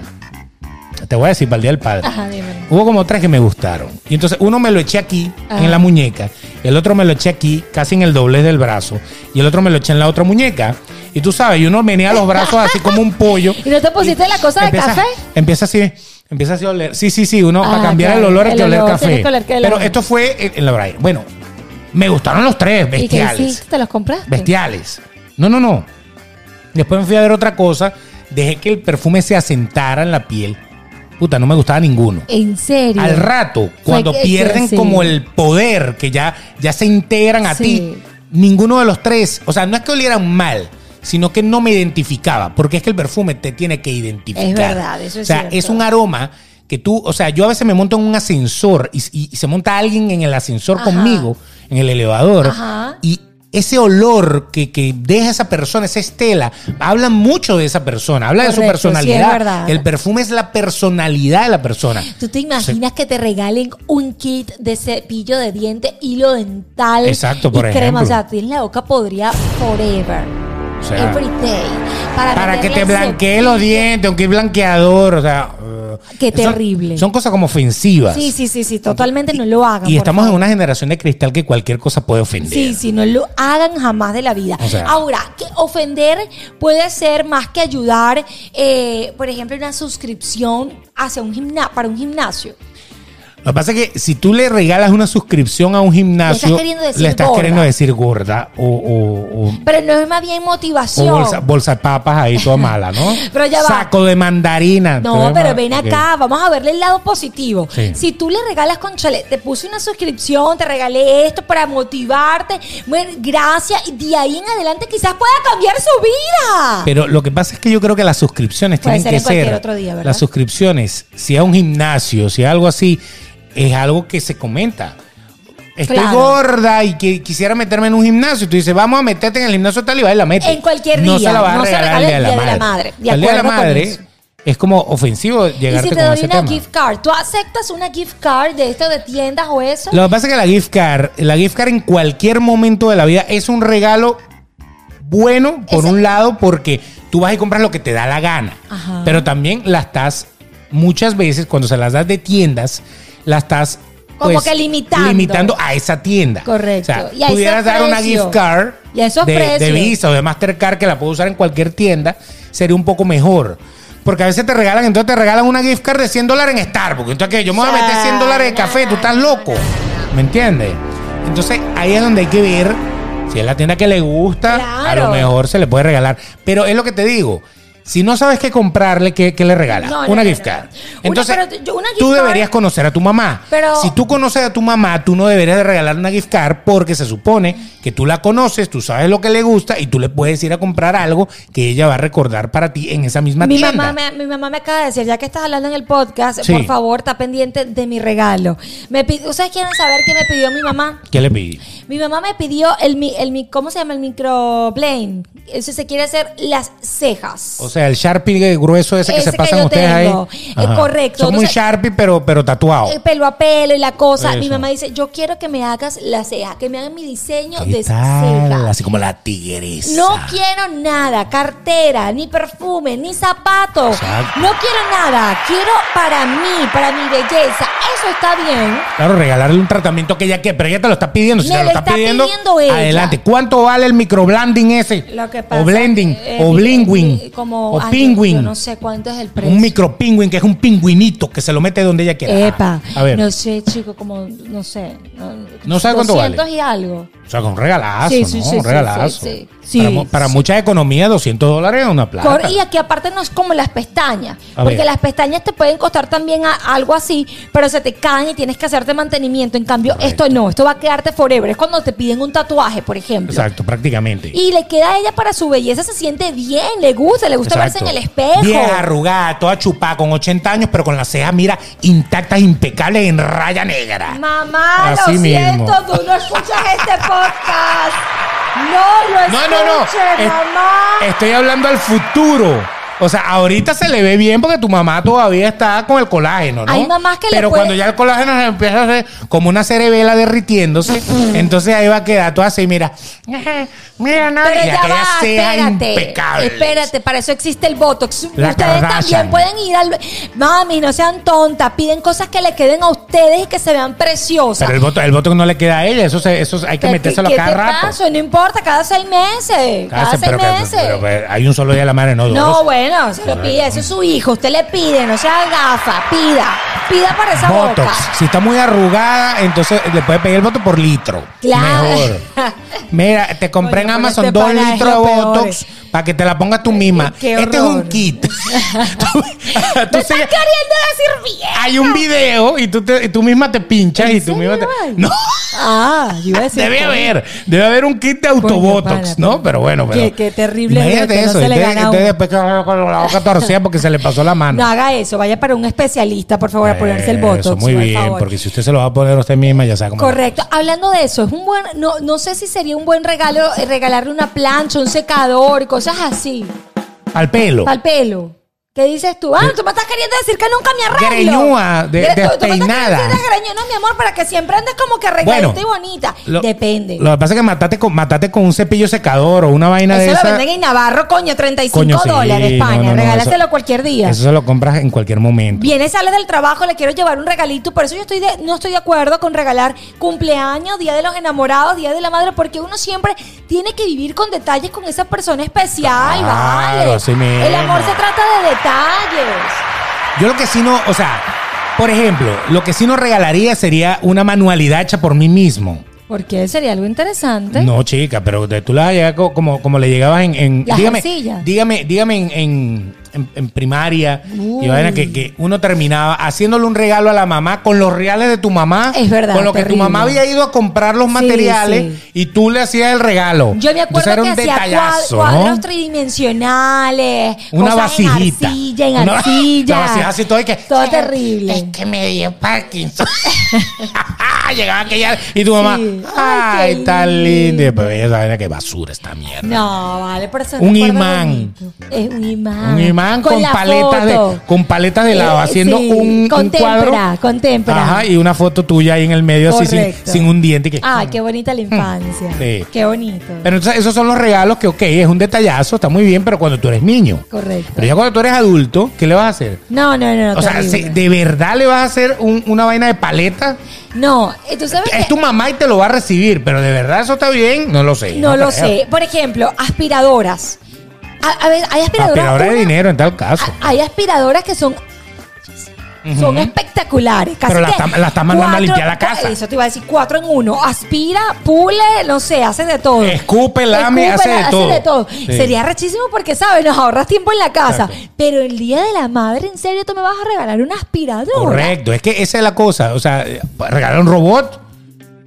A: te voy a decir para el Día del Padre.
B: Ajá, dímelo.
A: Hubo como tres que me gustaron. Y entonces uno me lo eché aquí,
B: Ajá.
A: en la muñeca. El otro me lo eché aquí, casi en el doblez del brazo. Y el otro me lo eché en la otra muñeca. Y tú sabes, y uno menea los brazos así como un pollo.
B: ¿Y no te pusiste la cosa de
A: Empieza-
B: café?
A: Empieza así, empieza así a oler. Sí, sí, sí, uno
B: Ah,
A: para cambiar
B: claro,
A: el olor hay
B: el
A: que oler
B: olor,
A: café.
B: tienes que oler que el
A: Pero
B: olor.
A: esto fue en, en la Brian. Bueno, me gustaron los tres,
B: ¿Y qué
A: bestiales.
B: hiciste? ¿Te los compraste?
A: Bestiales. No, no, no. Después me fui a ver otra cosa. Dejé que el perfume se asentara en la piel. Puta, no me gustaba ninguno.
B: ¿En serio?
A: Al rato, cuando
B: que- que
A: pierden
B: sí.
A: como el poder, que ya, ya se integran a
B: Sí.
A: ti, ninguno de los tres, o sea, no es que olieran mal, sino que no me identificaba, porque es que el perfume te tiene que identificar.
B: Es verdad, eso es
A: O sea,
B: cierto.
A: es un aroma que tú, o sea, yo a veces me monto en un ascensor y, y- y se monta alguien en el ascensor
B: Ajá.
A: conmigo, en el elevador,
B: Ajá.
A: y ese olor que, que deja esa persona, esa estela, habla mucho de esa persona, habla de su
B: Correcto, sí, es
A: personalidad.
B: verdad.
A: el perfume es la personalidad de la persona.
B: ¿Tú te imaginas que te regalen un kit de cepillo de diente, hilo dental
A: Exacto, por
B: y crema?
A: ejemplo.
B: O sea, tienes la boca podría forever,
A: O sea,
B: every day. Para,
A: Para que
B: meterle
A: te blanquee
B: cepillo.
A: los dientes, aunque es blanqueador, o sea. eh,
B: Qué
A: son-
B: terrible.
A: Son cosas como ofensivas.
B: Sí, sí, sí, sí, totalmente no lo hagan.
A: y
B: por
A: estamos en
B: favor.
A: una generación de cristal que cualquier cosa puede ofender.
B: Sí, sí, no lo hagan jamás de la vida.
A: O sea.
B: Ahora, que ofender puede ser más que ayudar, eh, por ejemplo, una suscripción hacia un gimna para un gimnasio.
A: Lo que pasa es que si tú le regalas una suscripción a un gimnasio,
B: Le estás queriendo decir
A: le estás
B: gorda.
A: queriendo decir gorda o, o- o-
B: Pero no es más bien
A: o
B: motivación.
A: bolsa, bolsa de papas ahí toda mala, ¿no?
B: Pero ya va.
A: Saco de mandarina.
B: No,
A: Todo
B: pero
A: mal.
B: ven
A: Ok.
B: acá, vamos a verle el lado positivo.
A: Sí.
B: Si tú le regalas con chale, te puse una suscripción, te regalé esto para motivarte, bueno, gracias, y de ahí en adelante quizás pueda cambiar su vida.
A: Pero lo que pasa es que yo creo que las suscripciones
B: Ah. Puede
A: tienen
B: ser
A: que
B: en cualquier
A: ser.
B: otro día, ¿verdad?
A: Las suscripciones, si es un gimnasio, si es algo así, es algo que se comenta. Estoy
B: Claro.
A: gorda y que quisiera meterme en un gimnasio. Y tú dices, vamos a meterte en el gimnasio tal y vas y la metes.
B: En cualquier
A: No
B: día,
A: se la vas
B: no
A: a
B: se
A: regalar el día de la madre.
B: De
A: Al día de la
B: acuerdo con
A: madre
B: eso.
A: es como ofensivo
B: Y
A: llegarte
B: si te
A: con
B: doy
A: ese
B: una
A: tema.
B: gift card, ¿tú aceptas una gift card de esto de tiendas o eso?
A: Lo que pasa es que la gift card, la gift card en cualquier momento de la vida es un regalo bueno, por
B: Ese-
A: un lado, porque tú vas y compras lo que te da la gana.
B: Ajá.
A: Pero también las estás, muchas veces, cuando se las das de tiendas, las estás. pues,
B: Como que limitando.
A: Limitando a esa tienda.
B: Correcto.
A: O sea,
B: Y a ese
A: pudieras dar una
B: precio.
A: gift card
B: Y a esos
A: de, de
B: precios.
A: Visa o de Mastercard que la puedo usar en cualquier tienda, sería un poco mejor. Porque a veces te regalan, entonces te regalan una gift card de 100 dólares en Starbucks. Entonces, ¿qué? Yo me voy a meter 100 dólares de café, tú estás loco. ¿Me entiendes? Entonces, ahí es donde hay que ver si es la tienda que le gusta, a
B: Claro.
A: lo mejor se le puede regalar. Pero es lo que te digo. Si no sabes qué comprarle, ¿qué, qué le regalas?
B: No, no,
A: una
B: no,
A: gift
B: no.
A: card.
B: Una-
A: Entonces,
B: pero yo- una gift
A: tú
B: card-
A: deberías conocer a tu mamá.
B: Pero-
A: si tú conoces a tu mamá, tú no deberías de regalar una gift card porque se supone que tú la conoces, tú sabes lo que le gusta y tú le puedes ir a comprar algo que ella va a recordar para ti en esa misma
B: Mi
A: tienda.
B: mamá, me, mi mamá me acaba de decir, ya que estás hablando en el podcast,
A: Sí.
B: por favor, está pendiente de mi regalo. Me pi- ¿Ustedes quieren saber qué me pidió mi mamá?
A: ¿Qué le pedí?
B: Mi mamá me pidió el, mi- el, mi- ¿cómo se llama? El microplane. Eso se quiere hacer las cejas.
A: O sea, el Sharpie grueso ese que
B: Ese
A: se
B: que
A: pasan
B: yo
A: ustedes ahí.
B: tengo. Eh, correcto.
A: Son muy
B: Entonces-
A: Sharpie, pero, pero tatuado.
B: el Eh, pelo a pelo y la cosa. Mi
A: Eso.
B: mamá dice, yo quiero que me hagas la ceja, que me hagan mi diseño
A: ¿Qué tal?
B: de ceja.
A: Así como la tigresa.
B: No quiero nada, cartera, ni perfume, ni zapato.
A: Exacto.
B: No quiero nada. Quiero para mí, para mi belleza. Eso está bien.
A: Claro, regalarle un tratamiento que ella quiere, pero ella te lo está pidiendo. Si
B: Me
A: te lo
B: lo
A: está,
B: está
A: pidiendo,
B: pidiendo ella.
A: adelante. ¿Cuánto vale el microblending ese?
B: Lo que pasa
A: o blending,
B: que, eh,
A: o
B: eh,
A: blingwing,
B: eh, como,
A: o
B: ay, yo-
A: pingüin.
B: yo no sé cuánto es el precio.
A: un micropingüin, que es un pingüinito que se lo mete donde ella quiera.
B: Epa,
A: A ver,
B: no sé, chico, como, no sé. No,
A: No sabe cuánto vale.
B: 200 y algo.
A: o sea, con un regalazo,
B: Sí, sí,
A: ¿no?
B: sí,
A: un
B: sí,
A: regalazo.
B: sí, sí.
A: para
B: Sí,
A: mu- para
B: sí.
A: muchas economías, 200 dólares es una plata.
B: Cor- y aquí aparte no es como las pestañas,
A: A
B: porque
A: ver.
B: las pestañas te pueden costar también a- algo así, pero se te caen y tienes que hacerte mantenimiento. En cambio,
A: Correcto.
B: esto no, esto va a quedarte forever. Es cuando te piden un tatuaje, por ejemplo.
A: Exacto, prácticamente.
B: Y le queda a ella para su belleza, se siente bien, le gusta, le gusta
A: Exacto.
B: verse en el espejo.
A: Vieja arrugada, toda chupada, con 80 años, pero con las cejas, mira, intactas, impecables, en raya negra.
B: Mamá,
A: Así
B: lo
A: mismo.
B: siento, tú no escuchas este podcast. No lo
A: No, no, no.
B: escuches,
A: Es-
B: mamá.
A: Estoy hablando al futuro. O sea, ahorita se le ve bien porque tu mamá todavía está con el colágeno, ¿no?
B: Hay mamás que le
A: Pero
B: puede-
A: cuando ya el colágeno se empieza a hacer como una cerebela derritiéndose,
B: Mm,
A: entonces ahí va a quedar toda así, mira. Mira, no,
B: Pero
A: y
B: ya
A: aquella
B: va,
A: ceja
B: espérate.
A: impecable.
B: Espérate, para eso existe el Botox.
A: La
B: ustedes
A: Kardashian.
B: también pueden ir al. Mami, no sean tontas. Piden cosas que le queden a ustedes y que se vean preciosas.
A: Pero el voto, el voto no le queda a ella, eso, se- eso hay que
B: ¿Qué-
A: metérselo
B: qué
A: cada
B: te
A: rato.
B: pasa? No importa, cada seis meses. Cada, seis
A: pero que-
B: meses.
A: pero que hay un solo día de la madre, no dos.
B: no, bueno, se lo pide. Eso es su hijo. Usted le pide, no sea gafa. Pida. Pida para esa
A: Botox.
B: boca.
A: Si está muy arrugada, entonces le puede pedir el voto por litro.
B: Claro.
A: Mejor. Mira, te compré
B: Coño,
A: en
B: pero
A: Amazon
B: este
A: dos
B: pana es
A: litros de
B: lo peor.
A: Botox para que te la pongas tú misma.
B: qué
A: este es un
B: horror.
A: kit. Tú- tú
B: ¿Me estás
A: sigues-
B: queriendo decir bien?
A: hay un video y tú, te- y tú misma te pinchas y tú
B: serio
A: misma te...
B: hay?
A: No,
B: Ah, yo iba a decir.
A: debe
B: coño.
A: haber. Debe haber un kit de autobotox,
B: pana,
A: ¿no?
B: coño.
A: Pero bueno, pero...
B: Qué- qué terrible
A: Imagínate
B: que no
A: eso.
B: se le
A: entonces-
B: gana a
A: entonces
B: uno.
A: después que- con la boca torcida porque se le pasó la mano.
B: No haga eso, vaya para un especialista, por favor, a ponerse el
A: Ah, Eso,
B: botox.
A: Muy
B: por
A: bien,
B: favor.
A: porque si usted se lo va a poner usted misma, ya sabe cómo.
B: Correcto. Hablando de eso, es un buen, no, no sé si sería un buen regalo eh, regalarle una plancha, un secador, cosas así,
A: Al pelo.
B: para el pelo. ¿Qué dices tú? Ah, tú me estás queriendo decir que nunca me arreglo.
A: Greñúa, de-
B: Mira, tú- tú me estás
A: despeinada.
B: queriendo decir greñuda, No, mi amor, para que siempre andes como que arregladita y bonita.
A: lo-
B: Depende.
A: Lo que pasa es que matate con, matate con un cepillo secador o una vaina de
B: eso lo
A: esa.
B: venden en Navarro, coño, 35
A: Coño, sí,
B: dólares,
A: no,
B: España.
A: no, no,
B: Regálaselo
A: eso-
B: cualquier día.
A: Eso se lo compras en cualquier momento.
B: Viene, sale del trabajo, le quiero llevar un regalito. Por eso yo estoy de- no estoy de acuerdo con regalar cumpleaños, día de los enamorados, día de la madre, porque uno siempre tiene que vivir con detalles con esa persona especial,
A: Claro,
B: ¿vale?
A: así mismo.
B: El amor se trata de detalles.
A: Yo lo que sí no, o sea, por ejemplo, lo que sí no regalaría sería una manualidad hecha por mí mismo.
B: Porque sería algo interesante.
A: No, chica, pero de- tú la vas a llegar co- como, como le llegabas en. en-
B: Las
A: dígame,
B: arcillas.
A: dígame, dígame en, en- en- en primaria.
B: Uy.
A: Y vaina que, que uno terminaba haciéndole un regalo a la mamá con los reales de tu mamá.
B: Es verdad,
A: Con lo que tu
B: terrible.
A: mamá había ido a comprar los
B: Sí,
A: materiales
B: sí.
A: y tú le hacías el regalo.
B: Yo me
A: Entonces
B: acuerdo
A: era
B: que
A: un
B: hacía
A: detallazo,
B: cuad-
A: ¿no?
B: cuadros tridimensionales,
A: Una
B: cosas
A: vasijita.
B: en arcilla, en
A: Una-
B: arcilla.
A: Una vasija así todo y que.
B: Todo terrible.
A: Es que me dio Parkinson. Llegaba aquella. Y tu mamá.
B: Sí.
A: Ay,
B: Ay, qué
A: tan lindo.
B: lindo.
A: Y después veía esa vaina que basura esta mierda.
B: No, vale, por eso
A: Un
B: recuerdo
A: imán.
B: bonito. Es un imán.
A: Un imán con,
B: la
A: paletas de,
B: foto.
A: con paletas de lava,
B: Eh,
A: haciendo
B: sí,
A: un,
B: con
A: un cuadro.
B: témpera, con témpera.
A: Ajá, y una foto tuya ahí en el medio, así sin,
B: Correcto.
A: sin un diente. Que, Hmm.
B: Ah, qué bonita la infancia.
A: Sí.
B: Qué bonito.
A: Pero entonces esos son los regalos que, ok, es un detallazo, está muy bien, pero cuando tú eres niño.
B: Correcto.
A: Pero ya cuando tú eres adulto, ¿qué le vas a hacer?
B: No, no, no.
A: o sea,
B: terrible.
A: ¿se- ¿de verdad le vas a hacer un- una vaina de paleta?
B: No, eh, tú sabes
A: Es
B: que-
A: tu mamá y te lo va a recibir, pero ¿de verdad eso está bien? No lo sé.
B: No lo
A: creo.
B: sé. Por ejemplo, aspiradoras. A, a ver, hay
A: Ah,
B: aspiradoras.
A: Aspiradora de
B: una- Ah,
A: dinero en tal caso.
B: a- Hay aspiradoras que son. Son espectaculares. Casi
A: Pero la
B: que
A: está- la está mandando a
B: cuatro-
A: limpiar la casa.
B: Eso te iba a decir, cuatro en uno. Aspira, pule, no sé, hace de todo.
A: Escupe, lame,
B: Escupe,
A: hace de
B: la-
A: todo. Sí.
B: Sería rechísimo porque, ¿sabes? Nos ahorras tiempo en la casa.
A: Exacto.
B: Pero el día de la madre, ¿en serio tú me vas a regalar una aspiradora?
A: Correcto, es que esa es la cosa. O sea, regalar un robot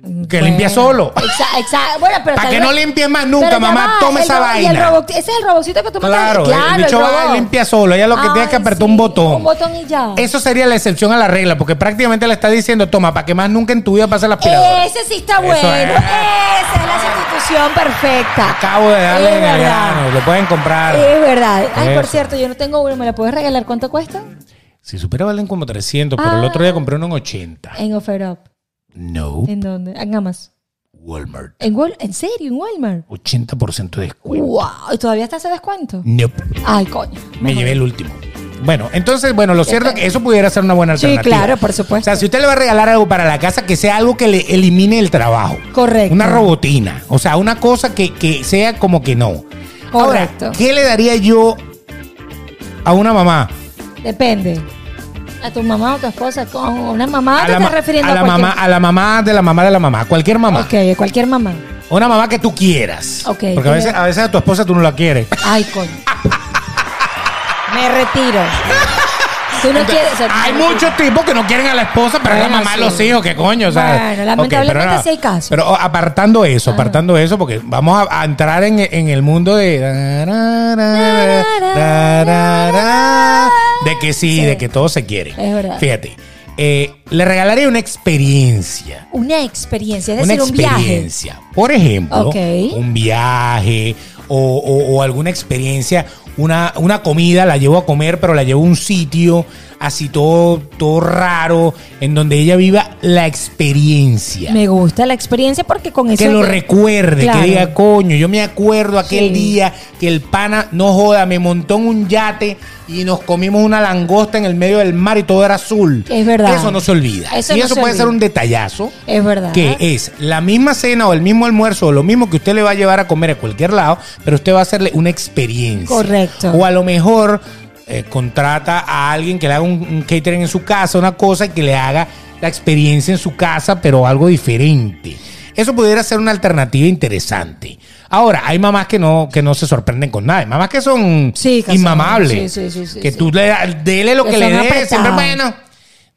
A: que
B: Bueno.
A: limpia solo.
B: Exacto, exacto. Bueno, pero
A: Para
B: tal
A: que
B: vez-
A: no limpies más nunca,
B: Pero ya
A: mamá,
B: va,
A: toma
B: el
A: esa
B: ro- y el
A: vaina.
B: robot- ese es el robotcito que tú me
A: Claro,
B: estás-
A: el bicho va
B: robot.
A: y limpia solo. Ella lo que tiene es que
B: Ay,
A: apretar
B: sí,
A: un botón.
B: Un botón y ya.
A: Eso sería la excepción a la regla, porque prácticamente le está diciendo, toma, para que más nunca en tu vida pase la aspiradora.
B: Oh, Ese sí está
A: Eso
B: bueno.
A: es.
B: Esa es la sustitución perfecta.
A: Acabo de darle
B: Es
A: en el
B: verdad.
A: grano, lo pueden comprar.
B: Es verdad. Ay, por
A: Eso.
B: cierto, yo no tengo uno. ¿Me la puedes regalar? ¿Cuánto cuesta?
A: Si supera valen como 300, pero el
B: Ah.
A: otro día compré uno en 80.
B: En OfferUp.
A: No,
B: ¿En dónde? En Amazon.
A: Walmart.
B: ¿En, Wal- ¿En serio? ¿En Walmart?
A: 80% de descuento.
B: ¡Wow! ¿Y todavía está ese descuento?
A: Nope.
B: Ay, coño.
A: Me llevé el último. Bueno, entonces, bueno, lo cierto es que eso pudiera ser una buena
B: Sí,
A: alternativa.
B: claro, por supuesto.
A: O sea, si usted le va a regalar algo para la casa, que sea algo que le elimine el trabajo.
B: Correcto.
A: Una robotina. O sea, una cosa que, que sea como que no.
B: Correcto.
A: Ahora, ¿qué le daría yo a una mamá?
B: Depende. ¿A tu mamá o tu esposa? ¿Con una mamá?
A: a
B: Ah, ¿Te
A: la,
B: estás
A: ma- a
B: refiriendo a,
A: la
B: cualquier-
A: mamá, a la mamá de la mamá de la mamá, a cualquier mamá.
B: Ok, cualquier mamá.
A: Una mamá que tú quieras.
B: Ok,
A: Porque a
B: que
A: veces,
B: le-
A: a veces a tu esposa tú no la quieres.
B: Ay, coño. Me retiro. Tú no quieres.
A: Hay muchos tipos que no quieren a la esposa, pero es la
B: Bueno,
A: mamá de
B: sí.
A: los hijos, que coño. o sea,
B: Bueno,
A: ok, pero
B: lamentablemente
A: nada.
B: sí hay casos.
A: Pero oh, apartando eso, apartando eso, porque vamos a, a entrar en, en el mundo de. De que sí,
B: Sí.
A: de que todos se quieren.
B: Es verdad.
A: Fíjate, eh, le regalaría una experiencia.
B: Una experiencia, es
A: Una
B: decir, un viaje.
A: experiencia. Por ejemplo,
B: Ok.
A: un viaje o, o- o alguna experiencia, una, una comida, la llevo a comer, pero la llevo a un sitio así todo, todo raro, en donde ella viva la experiencia.
B: Me gusta la experiencia porque con eso.
A: que lo recuerde,
B: Claro.
A: que diga, coño, yo me acuerdo aquel
B: Sí.
A: día que el pana, no joda, me montó en un yate y nos comimos una langosta en el medio del mar y todo era azul.
B: Es verdad.
A: Eso no se olvida.
B: Eso
A: y
B: no
A: eso
B: se
A: puede
B: olvida.
A: ser un detallazo.
B: Es verdad.
A: Que es la misma cena o el mismo almuerzo o lo mismo que usted le va a llevar a comer a cualquier lado, pero usted va a hacerle una experiencia.
B: Correcto.
A: O a lo mejor eh, contrata a alguien que le haga un, un catering en su casa, una cosa, y que le haga la experiencia en su casa, pero algo diferente. Eso pudiera ser una alternativa interesante. Ahora, hay mamás que no, que no se sorprenden con nada. Hay mamás que son
B: Sí, que son-
A: inmamables.
B: sí, sí, sí, sí,
A: que
B: sí.
A: tú le das- dele lo
B: Que
A: que, le
B: son
A: des. Siempre,
B: apretadas.
A: bueno,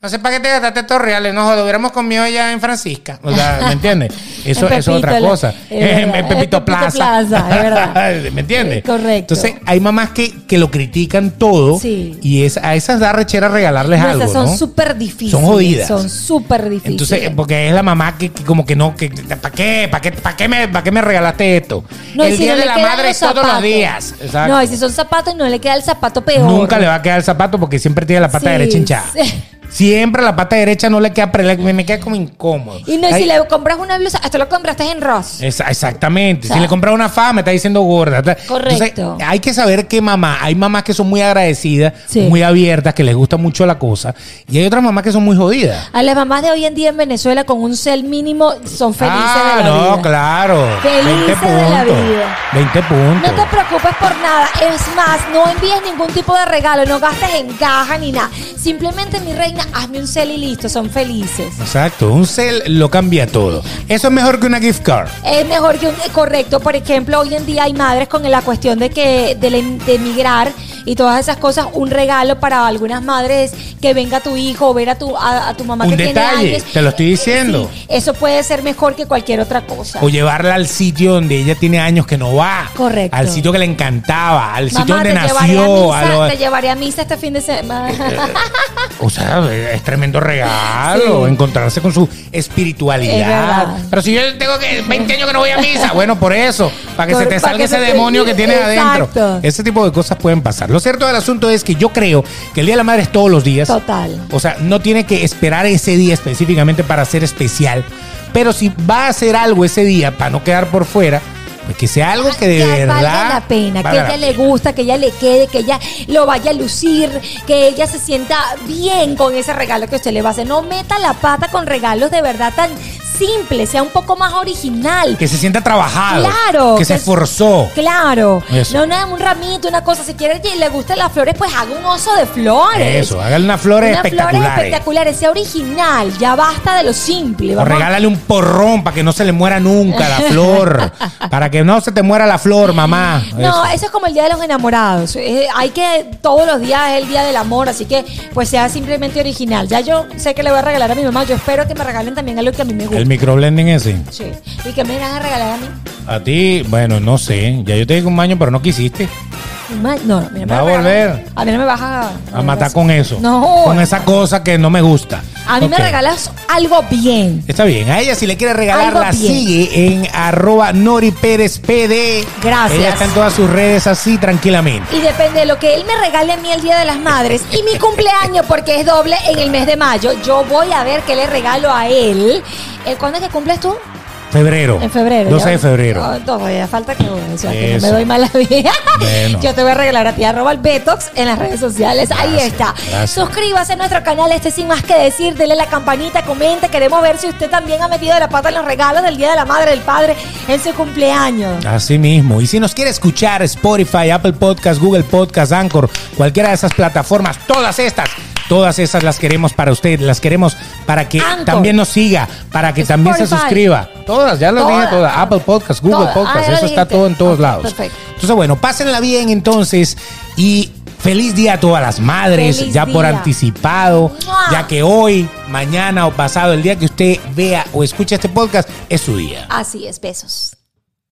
A: no sé para qué te gastaste estos reales. No, joder, hubiéramos comido ya en Francisca. O sea, ¿me entiendes? Eso,
B: En
A: eso es otra
B: Pepito,
A: cosa.
B: es
A: En,
B: verdad,
A: en Pepito
B: en Pepito
A: Plaza.
B: Plaza, es verdad.
A: ¿Me entiendes?
B: Eh, correcto.
A: Entonces, hay mamás que, que lo critican todo
B: Sí.
A: y es, a esas da rechera regalarles
B: No,
A: algo,
B: esas son
A: ¿no?
B: súper difíciles.
A: Son jodidas.
B: Son súper difíciles.
A: Entonces, eh, porque es la mamá que, que como que no, que ¿para qué? ¿Para qué, pa' qué, me, pa' qué me regalaste esto?
B: No, y
A: el
B: si
A: día
B: no
A: de
B: le
A: la
B: quedan
A: madre es todos los
B: zapatos.
A: días. Exacto.
B: No, y si son zapatos, no le queda el zapato peor.
A: Nunca le va a quedar el zapato porque siempre tiene la pata
B: Sí,
A: derecha hinchada.
B: sí.
A: Siempre la pata derecha no le queda, prela- me, me queda como incómodo.
B: Y no, y
A: Ay, Eh.
B: si le compras una blusa, hasta lo compraste en Ross.
A: Esa- exactamente.
B: O sea,
A: si le compras una fama, me está diciendo gorda.
B: Correcto.
A: Entonces, hay que saber que mamá, hay mamás que son muy agradecidas,
B: Sí.
A: muy abiertas, que les gusta mucho la cosa. Y hay otras mamás que son muy jodidas.
B: A las mamás de hoy en día en Venezuela con un cel mínimo son felices
A: ah,
B: de la
A: no,
B: vida.
A: claro.
B: Felices de la vida.
A: 20 puntos.
B: No te preocupes por nada. Es más, no envíes ningún tipo de regalo, no gastes en caja ni nada. Simplemente, mi reina, hazme un cel y listo, son felices.
A: Exacto, un cel lo cambia todo. Eso es mejor que una gift card.
B: Es mejor que un eh, correcto. Por ejemplo, hoy en día hay madres con la cuestión de que de, la- de emigrar y todas esas cosas. Un regalo para algunas madres es que venga tu hijo o ver a tu, a, a tu mamá
A: Un
B: que
A: detalle,
B: tiene años.
A: te lo estoy
B: Eh,
A: diciendo.
B: sí, eso puede ser mejor que cualquier otra cosa.
A: O llevarla al sitio donde ella tiene años que no va.
B: Correcto.
A: Al sitio que le encantaba, al sitio
B: Mamá,
A: donde
B: te llevaré a
A: nació.
B: misa,
A: a lo-
B: te llevaré a misa este fin de semana.
A: O sea, es tremendo regalo
B: Sí.
A: encontrarse con su
B: Es
A: espiritualidad.
B: verdad.
A: Pero si yo tengo que 20 años que no voy a misa, bueno, por eso, para que
B: Por-
A: se te
B: para
A: salga
B: que
A: ese
B: se te-
A: demonio que tienes adentro.
B: Exacto.
A: Ese tipo de cosas pueden pasar. Lo cierto del asunto es que yo creo que el Día de la Madre es todos los días.
B: Total.
A: O sea, no tiene que esperar ese día específicamente para ser especial. Pero si va a hacer algo ese día para no quedar por fuera, pues que sea algo que de
B: valga
A: verdad.
B: la pena,
A: valga
B: que
A: la
B: ella le
A: pena.
B: gusta, que ella le quede, que ella lo vaya a lucir, que ella se sienta bien con ese regalo que usted le va a hacer. No meta la pata con regalos de verdad tan simples, sea un poco más original.
A: Que se sienta trabajado.
B: Claro.
A: Que, se
B: es-
A: esforzó.
B: Claro.
A: Eso.
B: No, nada, un ramito, una cosa. Si quiere y le gustan las flores, pues haga un oso de flores.
A: Eso, hágale unas flores
B: Unas
A: espectaculares.
B: flores espectaculares, sea original, ya basta de lo simple.
A: O
B: vamos a-
A: regálale un porrón para que no se le muera nunca la flor. para que no se te muera la flor, mamá. Eso.
B: No, eso es como el Día de los Enamorados. Eh, hay que, todos los días es el Día del Amor, así que pues sea simplemente original. Ya yo sé que le voy a regalar a mi mamá, yo espero que me regalen también algo que a mí me
A: El
B: guste.
A: microblending ese.
B: Sí. Y que me irán a regalar a mí.
A: A ti, bueno, no sé. Ya yo te digo un baño, pero no quisiste.
B: Mi ma- No, no, a mí no me
A: Va a
B: regalan-
A: volver.
B: A mí no me vas a...
A: A matar con eso.
B: No.
A: Con esa cosa que no me gusta.
B: A mí me
A: Ok.
B: regalas algo bien.
A: Está bien. A ella, si le quiere regalar,
B: Algo
A: la
B: bien.
A: sigue en arroba Nori Pérez PD.
B: Gracias.
A: Ella está en todas sus redes así, tranquilamente.
B: Y depende de lo que él me regale a mí el Día de las Madres y mi cumpleaños, porque es doble en el mes de mayo, yo voy a ver qué le regalo a él. Eh, ¿Cuándo es que cumples tú?
A: Febrero.
B: En febrero.
A: 12
B: ya.
A: de febrero.
B: Ah, todavía falta que, o sea, que
A: Eso.
B: no me doy mala vida.
A: Bueno.
B: Yo te voy a regalar a ti arroba el Betox en las redes sociales. Ahí
A: Gracias,
B: está.
A: gracias.
B: Suscríbase a nuestro canal, este sin más que decir. Dele la campanita, comente. Queremos ver si usted también ha metido la pata en los regalos del Día de la Madre, del Padre, en su cumpleaños.
A: Así mismo. Y si nos quiere escuchar Spotify, Apple Podcast, Google Podcast, Anchor, cualquiera de esas plataformas, todas estas, todas esas las queremos para usted, las queremos para que
B: Anchor.
A: también nos siga, para que también se
B: Spotify.
A: suscriba. Todas, ya las
B: Todas.
A: dije todas. Apple Podcast, Google
B: Todas. Ah,
A: Podcast,
B: ya lo
A: eso está
B: dijiste.
A: todo en todos
B: Ok,
A: lados.
B: perfecto.
A: Entonces, bueno, pásenla bien entonces y feliz día a todas las madres,
B: Feliz
A: ya por
B: día.
A: anticipado,
B: ¡Mua!
A: ya que hoy, mañana o pasado, el día que usted vea o escuche este podcast, es su día.
B: Así es, besos.